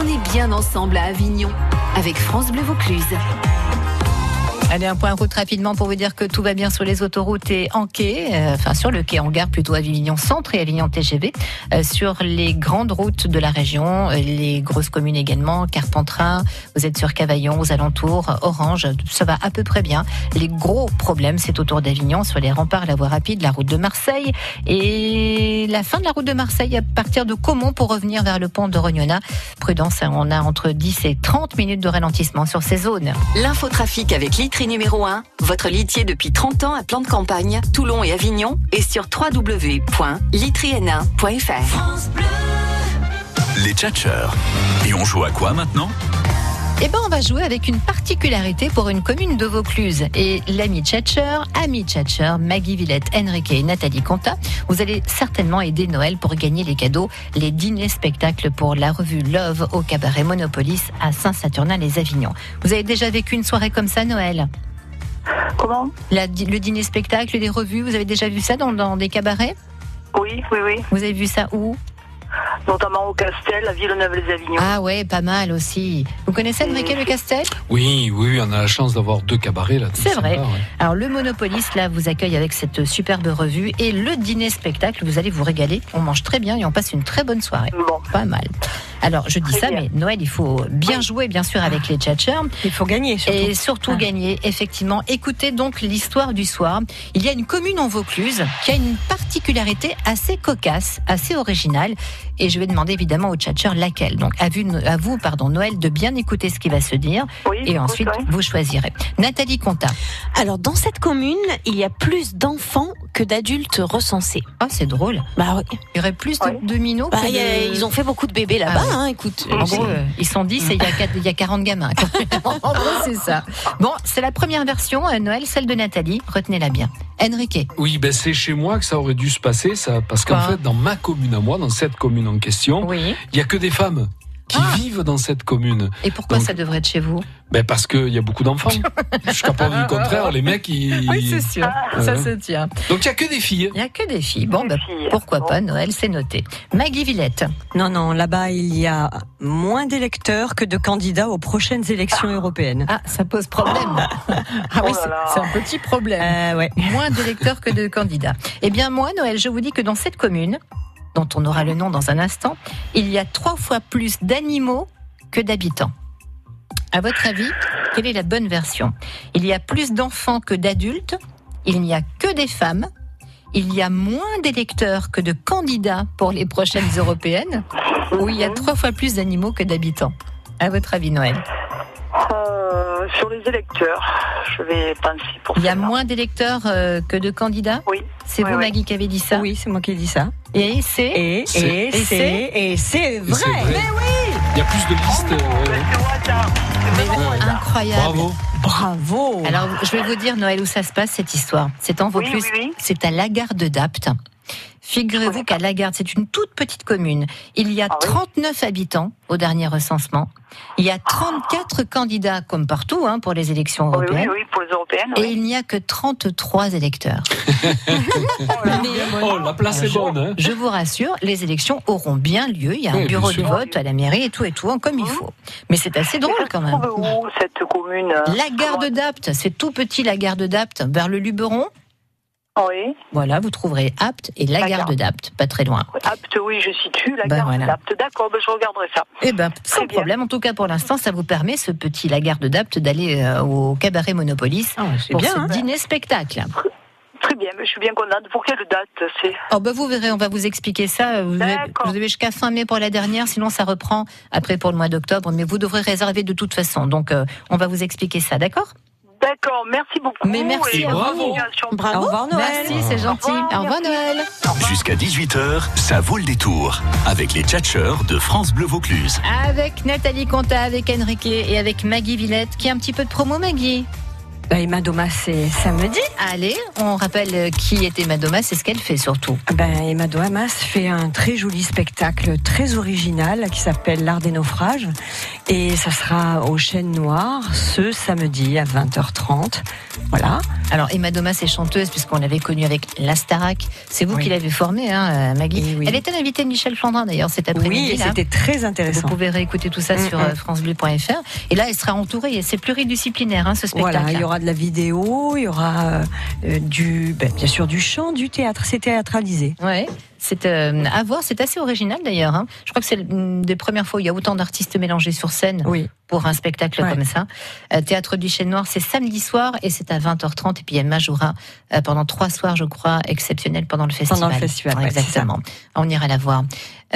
on est bien ensemble à Avignon avec France Bleu Vaucluse. Allez, un point route rapidement pour vous dire que tout va bien sur les autoroutes et en quai, euh, enfin sur le quai en gare plutôt Avignon Centre et Avignon TGV, euh, sur les grandes routes de la région, euh, les grosses communes également, Carpentras, vous êtes sur Cavaillon, aux alentours, Orange, ça va à peu près bien. Les gros problèmes, c'est autour d'Avignon, sur les remparts, la voie rapide, la route de Marseille et la fin de la route de Marseille à partir de Caumont pour revenir vers le pont de Rognona. Prudence, hein, on a entre 10 et 30 minutes de ralentissement sur ces zones. L'infotrafic avec Litri numéro 1, votre litier depuis 30 ans à plan de campagne, Toulon et Avignon, et sur www.litrien1.fr. Les tchatcheurs. Et on joue à quoi maintenant Eh ben, on va jouer avec une particularité pour une commune de Vaucluse. Et l'ami Tchatcher, ami Tchatcher, Maggie Villette, Henrique et Nathalie Conta, vous allez certainement aider Noël pour gagner les cadeaux, les dîners spectacles pour la revue Love au cabaret Monopolis à Saint-Saturnin-les-Avignon. Vous avez déjà vécu une soirée comme ça, Noël Comment La- Le dîner spectacle, les revues, vous avez déjà vu ça dans, dans des cabarets Oui, oui, oui. Vous avez vu ça où Notamment au Castel, à Villeneuve-les-Avignon. Ah ouais, pas mal aussi. Vous connaissez Enrique Le Castel Oui, oui, oui, on a la chance d'avoir deux cabarets là. C'est vrai. sympa, ouais. Alors le Monopolis, là, vous accueille avec cette superbe revue et le dîner spectacle, vous allez vous régaler. On mange très bien et on passe une très bonne soirée. Pas mal. Alors je dis ça, mais Noël, il faut bien jouer, bien sûr, avec les tchatchers. Il faut gagner, surtout. Et surtout Ah. gagner, effectivement. Écoutez donc l'histoire du soir. Il y a une commune en Vaucluse qui a une particularité assez cocasse, assez originale. Et je vais demander évidemment aux tchatchers laquelle. Donc à, vous- à vous, pardon, Noël, de bien écouter ce qui va se dire. et ensuite, vous choisirez. Nathalie Conta. Alors, dans cette commune, il y a plus d'enfants que d'adultes recensés. Ah, c'est drôle. Bah oui. Il y aurait plus de, de minots Bah, que il y a- de- Ils ont fait beaucoup de bébés là-bas, Ah ouais. hein, écoute. En gros, euh, ils sont 10 et il y a quatre- il y, a 40 gamins. en gros, c'est ça. Bon, c'est la première version, euh, Noël, celle de Nathalie. Retenez-la bien. Enrique. Oui, ben c'est chez moi que ça aurait dû se passer, ça, parce qu'en Quoi fait, dans ma commune à moi, dans cette commune en question, il Oui. Ah. y a que des femmes qui vivent dans cette commune. Et pourquoi Donc- ça devrait être chez vous Ben parce qu'il y a beaucoup d'enfants. Jusqu'à preuve du contraire, les mecs, ils... Ouais. tient. Donc il y a que des filles. hein. Il n'y a que des filles. Bon, bah, pourquoi pas, Noël, c'est noté. Maggie Villette. Non, non, là-bas, il y a moins d'électeurs que de candidats aux prochaines élections européennes. Ah, ça pose problème. Ah oui, c'est- c'est un petit problème. Euh, Moins d'électeurs que de candidats. Eh bien, moi, Noël, je vous dis que dans cette commune, dont on aura le nom dans un instant, il y a trois fois plus d'animaux que d'habitants. À votre avis, quelle est la bonne version Il y a plus d'enfants que d'adultes, il n'y a que des femmes, il y a moins d'électeurs que de candidats pour les prochaines européennes, où il y a trois fois plus d'animaux que d'habitants. À votre avis, Noël Euh, sur les électeurs, je vais penser pour Il y a moins d'électeurs euh, que de candidats Oui. C'est vous, Oui, oui. Maggie, qui avez dit ça Oui, c'est moi qui ai dit ça. Et c'est Et, C'est- et, Et c'est, c'est- et c'est vrai. c'est vrai. Il y a plus de listes. euh, ouais. Ah, Incroyable. Bravo. Bravo. Alors, je vais vous dire, Noël, où ça se passe cette histoire. C'est en Vaucluse. C'est à Lagarde d'Apt. Figurez-vous qu'à Lagarde, c'est une toute petite commune. Il y a Ah 39 habitants au dernier recensement. Il y a 34 candidats, comme partout, hein, pour les élections européennes. Ah Oui, pour les européennes. Et il n'y a que 33 électeurs. Oh, la place est bonne. hein. Je vous rassure, les élections auront bien lieu. Il y a Oui, un bureau bien de sûr. vote à la mairie et tout et tout, hein, comme il Mmh. faut. Mais c'est assez drôle quand même. Où cette commune euh, La gare de Dapte, c'est tout petit la gare de Dapte, vers le Luberon. Oui. Voilà, vous trouverez Apte et la gare de Dapte, pas très loin. Apte, oui, je situe. La Ben gare voilà. d'Apte. D'accord, ben, je regarderai ça. Eh ben, sans problème. En tout cas, pour l'instant, ça vous permet, ce petit lagarde d'Apte, d'aller euh, au cabaret Monopolis pour bien, ce hein. dîner-spectacle. Très bien, mais je suis bien contente. Pour quelle date c'est Oh ben, vous verrez, on va vous expliquer ça. Vous avez, vous avez jusqu'à fin mai pour la dernière, sinon ça reprend après pour le mois d'octobre. Mais vous devrez réserver de toute façon. Donc, euh, on va vous expliquer ça, d'accord D'accord, merci beaucoup. Mais merci Et à bonne vous. continuation. Au revoir, Noël. Merci, c'est gentil. Au revoir, Noël. Jusqu'à 18h, ça vaut le détour. Avec les tchatcheurs de France Bleu Vaucluse. Avec Nathalie Conta, avec Enrique et avec Maggie Villette, qui a un petit peu de promo, Maggie. Bah, Emma Domas, c'est samedi. Allez, on rappelle euh, qui est Emma Domas et ce qu'elle fait surtout. Ben, Emma Domas fait un très joli spectacle très original qui s'appelle L'Art des naufrages. Et ça sera au Chêne Noir ce samedi à 20h30. Voilà. Alors, Emma Domas est chanteuse, puisqu'on l'avait connue avec la Starac. C'est vous qui l'avez formée, hein, euh, Maggie. Elle était l'invitée de Michel Flandrin, d'ailleurs, cet après-midi. Eh Oui, et là. c'était très intéressant. Vous pouvez réécouter tout ça Mm, sur mm. euh, FranceBleu.fr. Et là, elle sera entourée. Et C'est pluridisciplinaire, hein, ce spectacle. Voilà, il y aura de la vidéo, il y aura euh, euh, du, ben, bien sûr du chant, du théâtre. C'est théâtralisé. Ouais, c'est euh, à voir, c'est assez original d'ailleurs. hein. Je crois que c'est une des premières fois où il y a autant d'artistes mélangés sur scène pour un spectacle comme ça. Euh, Théâtre du Chêne Noir, c'est samedi soir et c'est à 20h30. Et puis Emma jouera euh, pendant trois soirs, je crois, exceptionnels pendant le festival. Pendant le festival, ouais, c'est ça. exactement. On ira la voir.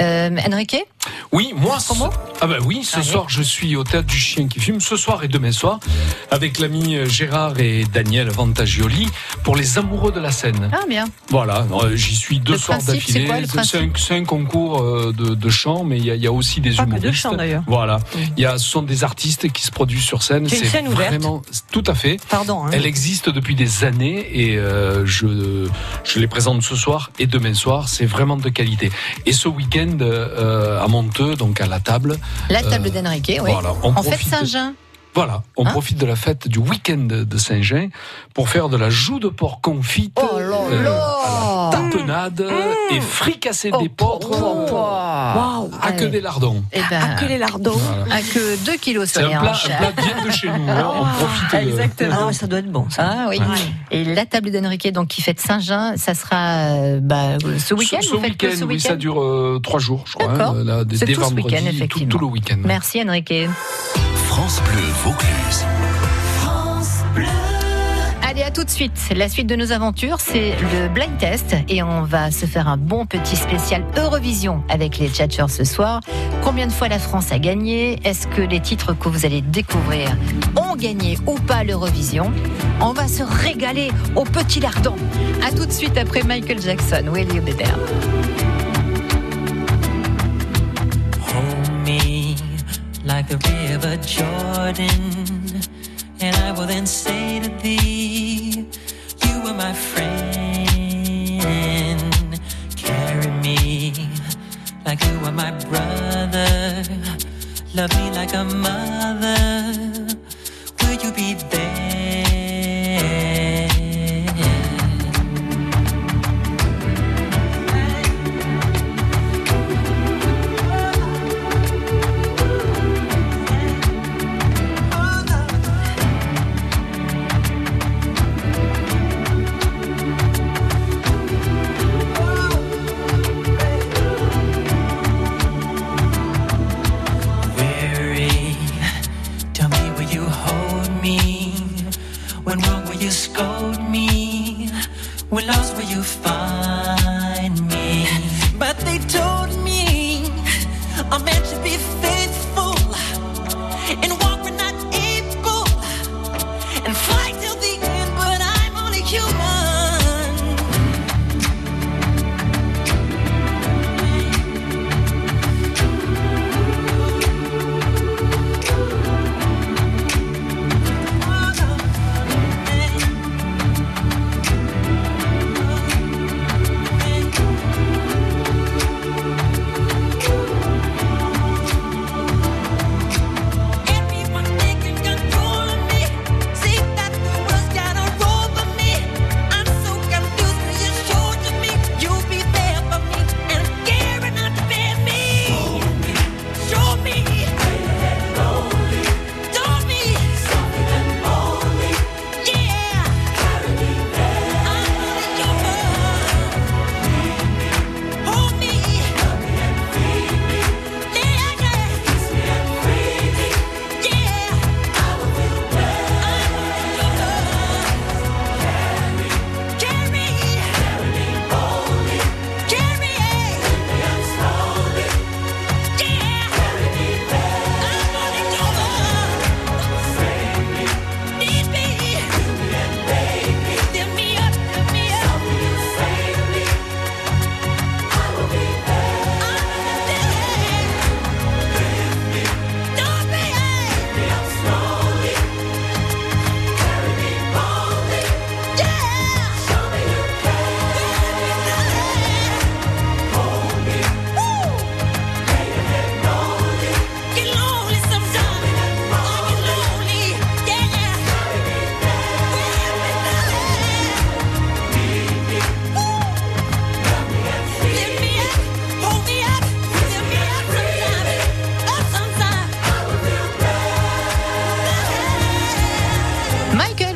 Euh, Enrique Oui, moi. Sans promo ce- Ah bah oui, ce soir je suis au théâtre du chien qui fume ce soir et demain soir avec l'ami euh, Gérard et Daniel Vantagioli pour les amoureux de la scène. Ah bien. Voilà, euh, j'y suis deux Le soirs principe, c'est d'affilée. quoi, le C'est un, principe c'est un concours euh, de, de chant, mais il y, a- il y a aussi des Pas que de humoristes. chant, d'ailleurs. Voilà, il y a ce sont des artistes qui se produisent sur scène. C'est une scène ouverte. vraiment tout à fait. Pardon. hein. Elle existe depuis des années et euh, je, je les présente ce soir et demain soir. C'est vraiment de qualité. Et ce week-end euh, à Monteux, donc à la table. La euh, table d'Enrique, oui. voilà, on en fait, profite de- Saint-Jean. Hein Voilà, on profite de la fête du week-end de Saint-Jean pour faire de la joue de porc confite, Oh, Oh euh, à la tapenade Mmh. et fricasser des porcs Oh, Waouh. à que des lardons. Eh ben, Ah, à que les lardons, à que 2 kilos C'est un soyez en plat- chair. un plat bien de chez nous, hein, on profite, euh, Ah, ça doit être bon. Ah Ça. oui. Ouais. Et la table d'Enrique, donc qui fête Saint-Jean, ça sera euh, bah, ce week-end. Ce, vous faites que week-end, ce oui, week-end ça dure euh, trois jours, je crois. hein, D'accord. là, dès- C'est dès tout ce vendredi, week-end, tout- effectivement. tout le week-end. Merci Enrique. France Bleu Vaucluse. Allez, à tout de suite. La suite de nos aventures, c'est le blind test. Et on va se faire un bon petit spécial Eurovision avec les tchatchers ce soir. Combien de fois la France a gagné Est-ce que les titres que vous allez découvrir ont gagné ou pas l'Eurovision On va se régaler au petit lardon. À tout de suite après Michael Jackson. Will you be there Hold me like the river Jordan, and I will then say to thee, You were my friend. Carry me like you are my brother. Love me like a mother. Will you be there? weary. Tell me, will you hold me? When wrong, will you scold me? When lost, will you find me? But they told me Ah. I'm meant to be faithful and walk when not able and fight till the end. But I'm only human. Thank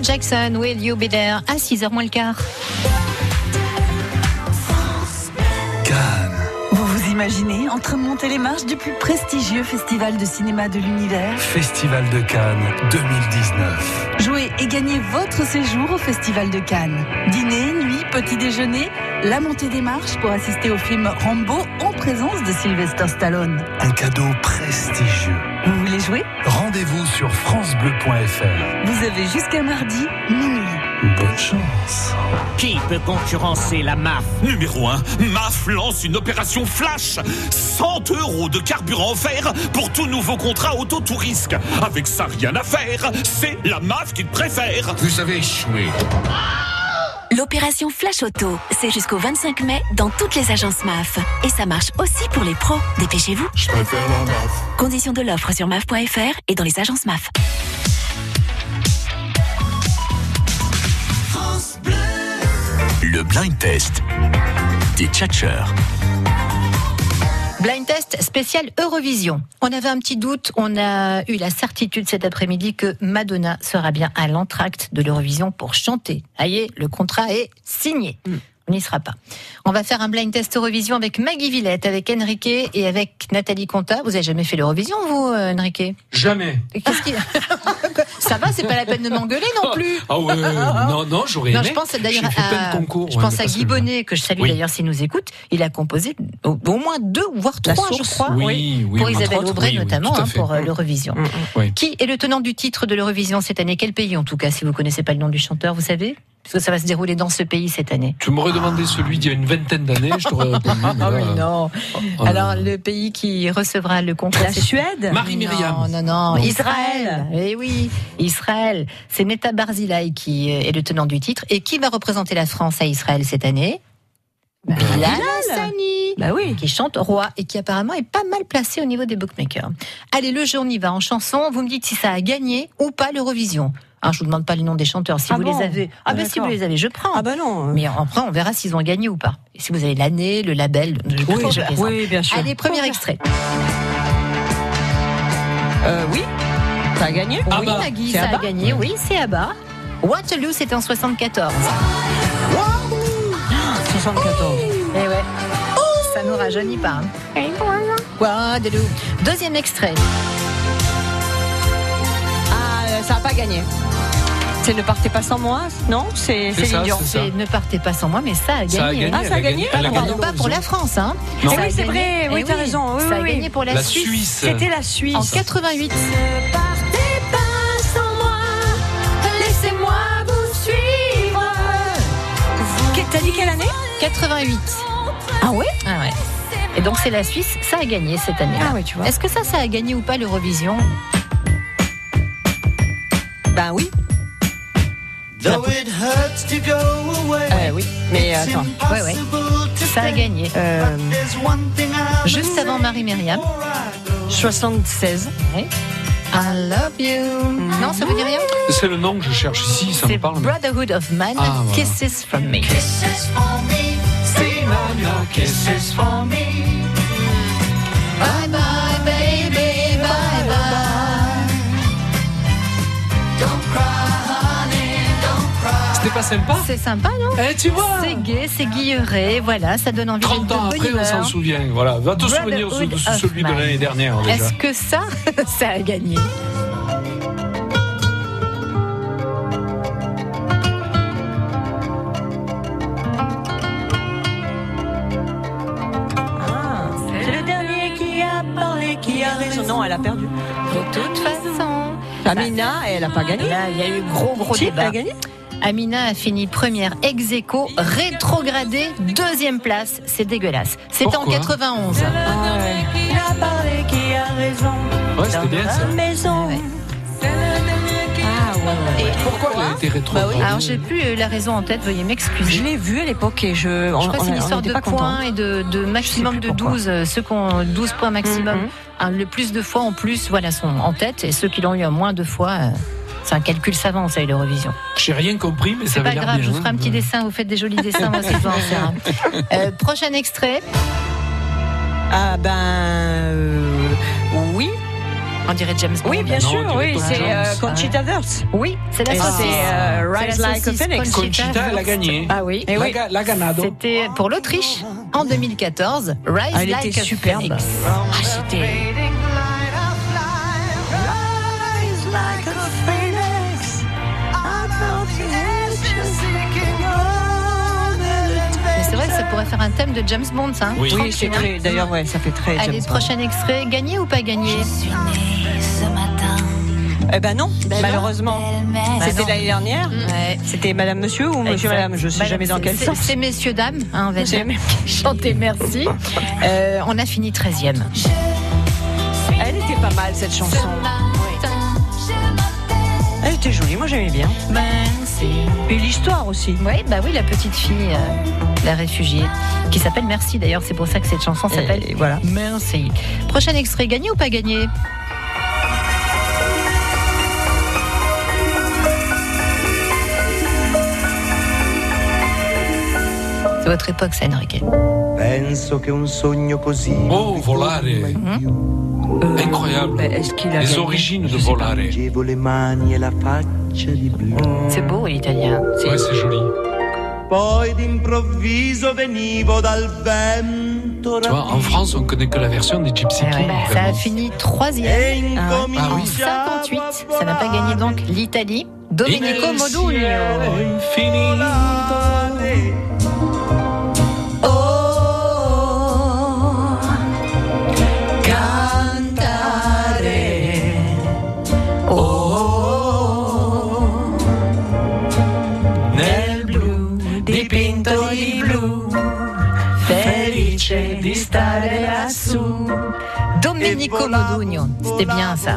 Jackson, Will You Be There, à 6h moins le quart. Vous vous imaginez en train de monter les marches du plus prestigieux festival de cinéma de l'univers Festival de Cannes 2019. Jouez et gagnez votre séjour au Festival de Cannes. Dîner, nuit, petit déjeuner, la montée des marches pour assister au film Rambo en présence de Sylvester Stallone. Un cadeau prestigieux. Vous voulez jouer Rendez-vous sur francebleu.fr. Vous avez jusqu'à mardi minuit. Bonne chance. Qui peut concurrencer la MAF Numéro 1, MAF lance une opération flash 100 euros de carburant offert pour tout nouveau contrat auto tout risque. Avec ça, rien à faire, c'est la MAF qui préfère. Vous avez échoué. L'opération Flash Auto, c'est jusqu'au 25 mai dans toutes les agences MAF. Et ça marche aussi pour les pros. Dépêchez-vous. Je préfère la MAF. Conditions de l'offre sur MAF.fr et dans les agences MAF. Le blind test des tchatcheurs. Blind test spécial Eurovision. On avait un petit doute, on a eu la certitude cet après-midi que Madonna sera bien à l'entracte de l'Eurovision pour chanter. Aïe, le contrat est signé. Mm. On n'y sera pas. On va faire un blind test Eurovision avec Maggie Villette, avec Enrique et avec Nathalie Conta. Vous avez jamais fait l'Eurovision, vous, euh, Enrique Jamais. Et Qu'est-ce qui... Ça va, c'est pas la peine de m'engueuler non plus. Ah ouais, non, non, j'aurais Non, aimé. je pense d'ailleurs J'ai fait plein à, de concours, je ouais, pense mais à pas Guy celui-là. Bonnet, que je salue Oui. d'ailleurs s'il nous écoute. Il a composé au, au moins deux, voire La trois, je source. crois, Oui, oui, pour entre Isabelle autres, Aubray oui, oui, notamment, tout à hein, fait. pour euh, Mm. l'Eurovision. Oui. Qui est le tenant du titre de l'Eurovision cette année Quel pays en tout cas, si vous connaissez pas le nom du chanteur, vous savez Parce que ça va se dérouler dans ce pays cette année. Tu m'aurais demandé celui d'il y a une vingtaine d'années, je t'aurais répondu. mais Ah là, oui, non. oh là Alors, le pays qui recevra le concours. La Suède Marie-Myriam. Non, non, non. Non. Israël. Eh oui, Israël. C'est Netta Barzilai qui euh, est le tenant du titre. Et qui va représenter la France à Israël cette année Bah, Bilal Hassani, Bah qui chante Roi et qui apparemment est pas mal placé au niveau des bookmakers. Allez, le jour on y va en chanson. Vous me dites si ça a gagné ou pas l'Eurovision. Hein, je vous demande pas les noms des chanteurs si Ah vous bon les avez. Ah ben si vous D'accord. ben. les avez, je prends. Ah non. Mais après on verra s'ils ont gagné ou pas. Et si vous avez l'année, le label. je- Oui, je bah, plaisante. oui, bien sûr. Allez, premier extrait. Euh, oui, ça a gagné. Ah bah, oui, Nagui, ça a gagné. Oui, c'est Abba. Waterloo, c'était en 74. 74. Eh ouais. Ça nous rajeunit pas. hein. Waterloo. Deuxième extrait. Ah, ça n'a pas gagné. C'est Ne partez pas sans moi, non C'est C'est Céline ça, Dion. c'est ça. Ne partez pas sans moi, mais ça a Ça a gagné. gagné, Ah, ça a elle a gagné, gagné, elle a Pardon, gagné. pas pour la France. Hein. Non. Ça Eh oui, a c'est gagné. vrai, oui, Eh t'as raison, oui, ça a oui. gagné pour la, La Suisse. Suisse. C'était la Suisse. En 88. Ne partez pas sans moi, laissez-moi vous suivre. T'as dit quelle année 88. Ah ouais Ah ouais. Et donc c'est la Suisse, ça a gagné cette année. Ah tu vois. Est-ce que ça, ça a gagné ou pas l'Eurovision Bah Ben oui. Though it hurts to go away. Euh, oui, mais it's attends. Eh, Euh, Ouais, ouais. Ça a gagné. Euh, Juste avant Marie-Myriam. 76. I love you. Non, ça vous dit rien C'est le nom que je cherche ici, ça me parle. mais- Brotherhood of Man, Ah, voilà. Kisses from Me. Kisses for me, Simon, your kisses for me. Bye bye, baby, bye bye. Don't cry, honey, don't cry. C'était pas sympa C'est sympa, non Eh, tu vois C'est gay, c'est guilleré, voilà, ça donne envie 30 de ans bonne après, on humeur. s'en souvient. Voilà. Va te souvenir de Brotherhood de of celui de Man. l'année dernière déjà. Est-ce que ça, ça a gagné C'est le dernier qui a parlé, qui a raison. Non, elle a perdu. De toute façon. Amina, elle a pas gagné. Là, il y a eu gros, gros Bah, Si, débat. elle a gagné Amina a fini première ex aequo, rétrogradée, deuxième place. C'est dégueulasse. C'était en Pourquoi 91. Ah, Qui a parlé, qui a raison. Ouais, c'était bien, ça. Dans la maison. Ah, ouais, ouais, ouais. Pourquoi elle a été rétro Bah oui. Alors j'ai plus euh, la raison en tête, veuillez m'excuser. Je l'ai vu à l'époque et je. Je crois que c'est une histoire de points et de, de maximum de 12. euh, Ceux qui ont 12 points maximum, hein, le plus de fois en plus, voilà, sont en tête. Et ceux qui l'ont eu à moins de fois, euh, c'est un calcul savant, ça, l'Eurovision. J'ai rien compris, mais ça C'est avait pas l'air grave, bien. je vous ferai hein. un petit dessin, vous faites des jolis dessins, moi, si je dois en faire un. Euh, prochain extrait. Ah ben. euh, oui. On dirait James Bond. Oui, bien sûr, oui, c'est euh, Conchita Wurst. Oui, c'est la Et saucisse. c'est, euh, C'est la Rise Like a saucisse Phoenix. Conchita, elle a Wurst. gagné. Ah oui. Eh La ga- la ganado. C'était pour l'Autriche en 2014. Rise Ah, elle Like était a superbe. Phoenix. Ah, c'était. Rise like a phoenix. I'm not the answer seeking on an Mais c'est vrai que ça pourrait faire un thème de James Bond, ça. hein. Oui, Tranquille, c'est hein. très. D'ailleurs, ouais, ça fait très. Allez, James Bond. prochain extrait. Gagné ou pas gagné ce matin. Eh Ben ben non, non. Ben Mm. malheureusement. C'était l'année dernière. C'était Madame Monsieur ou Monsieur Madame Je sais Bah, jamais dans c'est- quel c'est- sens. C'est messieurs, dames, hein, on va C'est dire. Chantez merci. Euh, on a fini 13e. Elle était pas mal cette chanson. Elle était jolie, moi j'aimais bien. Et l'histoire aussi. Oui, bah oui, la petite fille, euh, la réfugiée, qui s'appelle Merci d'ailleurs, c'est pour ça que cette chanson s'appelle voilà. Merci. Prochain extrait, gagné ou pas gagné C'est votre époque, ça, Enrique. Penso che un sogno così. Oh, volare. Mm-hmm. Euh, Incroyable. ben, Les origines de volare. Mm. Leggevo le mani e la faccia di blu. C'est beau, l'italien. Ouais, c'est joli. Poi d'improvviso venivo dal vento. Tu vois, en France, on connaît que la version des Gypsy Eh Ouais, Kings. ouais. Ça a fini troisième Ah ouais. Ah en oui. 58. Ça n'a pas gagné donc l'Italie. Domenico Modugno. eh, Oh, cantare. Oh, nel blu, dipinto di blu, felice di stare lassù. Domenico Modugno. C'était bien ça.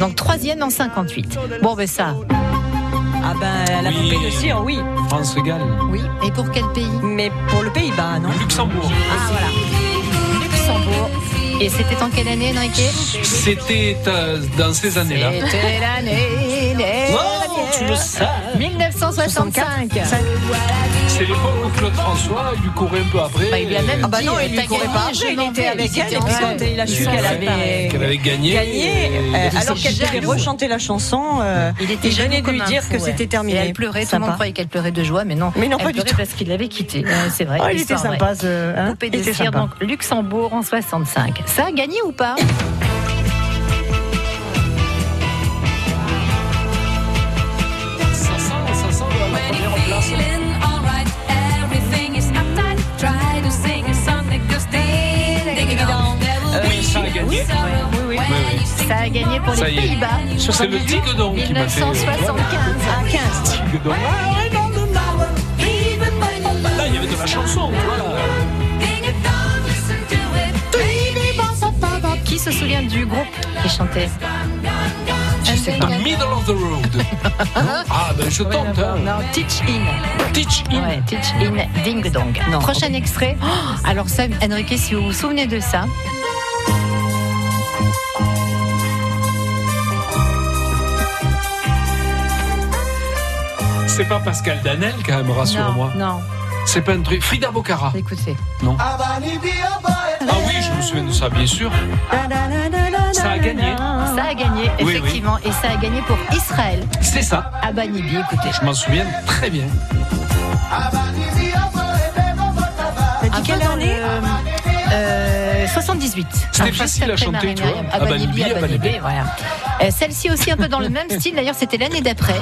Donc troisième en 58. Bon, ben ça. Ah ben la Oui. poupée de cire, oui. France Gall. Oui. Et pour quel pays Mais pour le Pays-Bas, non Luxembourg. Ah voilà. Luxembourg. Et c'était en quelle année, Enrique C'était euh, dans ces années-là. C'était l'année Wow, tu le sais. 1965. C'est l'époque où Claude François, il lui courait un peu après. Bah, il lui a même euh, Ah bah dit, non, euh, il t'as lui courait gagné, pas. je après, Il m'en était vais. avec Ils elle étaient et puis ensemble. quand il a su Ouais. qu'elle Ouais. avait Qu'elle avait gagné. gagné, Il euh, était alors si qu'elle devait jaloux. rechanter la chanson, euh, Il était venait jaloux de comme lui un dire fou, que ouais. c'était terminé. Et elle pleurait, tout le Sympa. monde croyait qu'elle pleurait de joie, mais non. Mais non, elle pas du pleurait tout. parce qu'il l'avait quittée. Ouais, c'est vrai. Oh, il était histoire vraie. sympa ce. hein Poupée Il de était cire, sympa. donc Luxembourg en 65. Ça a gagné ou pas Ça sent, ça sent la première en place. Euh, Oui, ça a gagné. Oui, oui. Oui, oui. Ça a gagné pour Ça les y est. Pays-Bas. C'est le Tigedon qui m'a fait. euh, 1975. À 15. Tigedon. Là, Ah, il y avait de la chanson. Voilà. Qui se souvient du groupe qui chantait Je Ah, sais pas. Middle of the road. ah, ben je tente. hein. Non, Teach In. Teach In. Ouais, Teach In Ding Dong. Non. Prochain extrait. Oh, alors, ça, Enrique, si vous vous souvenez de ça. C'est pas Pascal Danel, quand même, rassure-moi. Non, non, C'est pas un truc. Frida Bocara. écoutez. Non. Ah oui, je me souviens de ça, bien sûr. Ah, Ça a gagné. Ça a gagné, Oui, oui. effectivement. Et ça a gagné pour Israël. C'est ça. Abanibi, écoutez. Je m'en souviens très bien. T'as dit quelle dans année le, euh, 78. C'était Alors, facile juste à après chanter, Marie tu vois. Myriam. Abanibi, Abanibi, Abanibi, Abanibi. voilà. Euh, Celle-ci aussi un peu dans le même style, d'ailleurs c'était l'année d'après.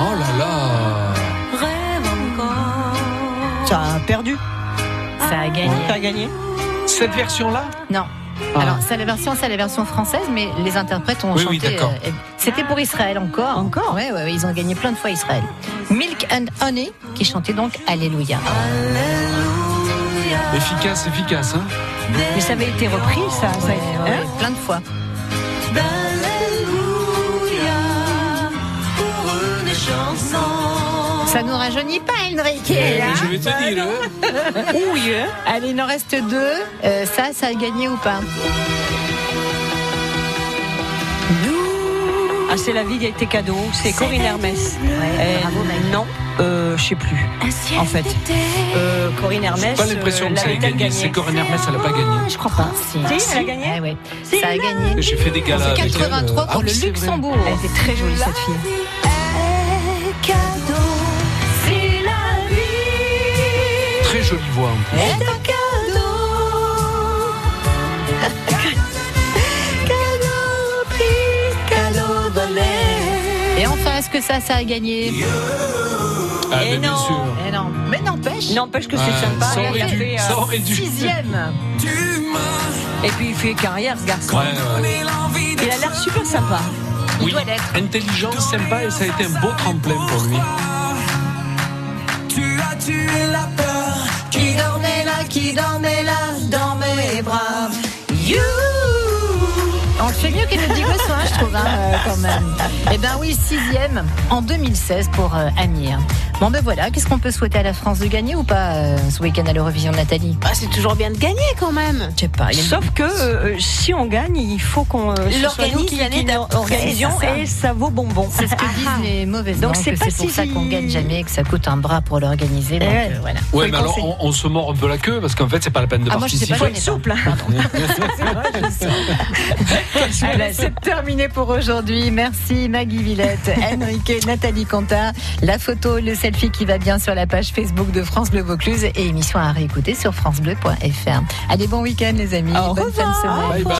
Oh là là. Ça a perdu. Ça a gagné. Ça a gagné. Cette version-là Non. Ah. Alors, c'est la version, c'est la version française, mais les interprètes ont Oui, oui, chanté. d'accord. euh, C'était pour Israël encore. Encore ouais, ouais, ouais, ils ont gagné plein de fois Israël. Milk and Honey, qui chantait donc Alléluia. Efficace, efficace. Hein Mais ça avait été repris, ça. ça a été- Ouais, hein plein de fois. Ça nous rajeunit pas, Enrique. Eh Mais je vais te dire. hein. Ouille. Allez, il en reste deux. Euh, ça, ça a gagné ou pas Ah, c'est la vie qui a été cadeau. C'est Corinne Hermès. Ouais, Euh, bravo, Mike. non. euh, je sais plus. En fait, Euh, Corinne J'ai Hermès. pas l'impression euh, que ça ait l'avait-elle gagné. gagné C'est Corinne Hermès, elle a pas gagné. Je crois pas. Si, elle a gagné. Ah ouais. Ça a gagné. J'ai fait des galas En avec elle. 83 Ah pour oui, le c'est vrai. Luxembourg. Elle était très jolie cette fille. Cadeau, c'est la vie. Très jolie voix. en plus. Est un cadeau. Cadeau pris, cadeau volé. Et enfin, est-ce que ça, ça a gagné Ah, mais bien sûr. Eh non. Mais n'empêche. N'empêche que c'est Ouais, sympa. ça il a aurait fait, dû, euh, ça aurait dû. Sixième. Et puis il fait carrière, ce garçon. Ouais, ouais. Il a l'air super sympa. Oui, intelligent, sympa et ça a été un beau tremplin pour lui. Tu as tué la peur qui dormait là, qui dormait là dans mes bras. You. On le fait mieux qu'Elodie Gossuin, je trouve, hein, euh, quand même. Eh ben oui, sixième en 2016 pour euh, Amir. Bon ben voilà, qu'est-ce qu'on peut souhaiter à la France de gagner ou pas euh, ce week-end à l'Eurovision, Nathalie Ah, c'est toujours bien de gagner quand même. Je sais pas. il y a une- Sauf que euh, si on gagne, il faut qu'on euh, ce soit nous L'organise qui- l'année qui d'après, l'organisions c'est ça. et ça vaut bonbon. Ah. C'est ce que Ah, disent les mauvaises Donc langues, c'est que pas c'est pour si- ça qu'on gagne jamais, que ça coûte un bras pour Eh l'organiser. Donc Eh ouais. euh, voilà. Ouais, mais alors on, on se mord un peu la queue parce qu'en fait, c'est pas la peine de Ah, moi, je sais participer. pas, je connais pas. Allez, Eh ben, c'est terminé pour aujourd'hui. Merci Maggie Villette, Enrique, Nathalie Cantat. La photo, le selfie qui va bien sur la page Facebook de France Bleu Vaucluse et émission à réécouter sur francebleu.fr. Allez, bon week-end les amis. Bonne fin de semaine. Bye bye.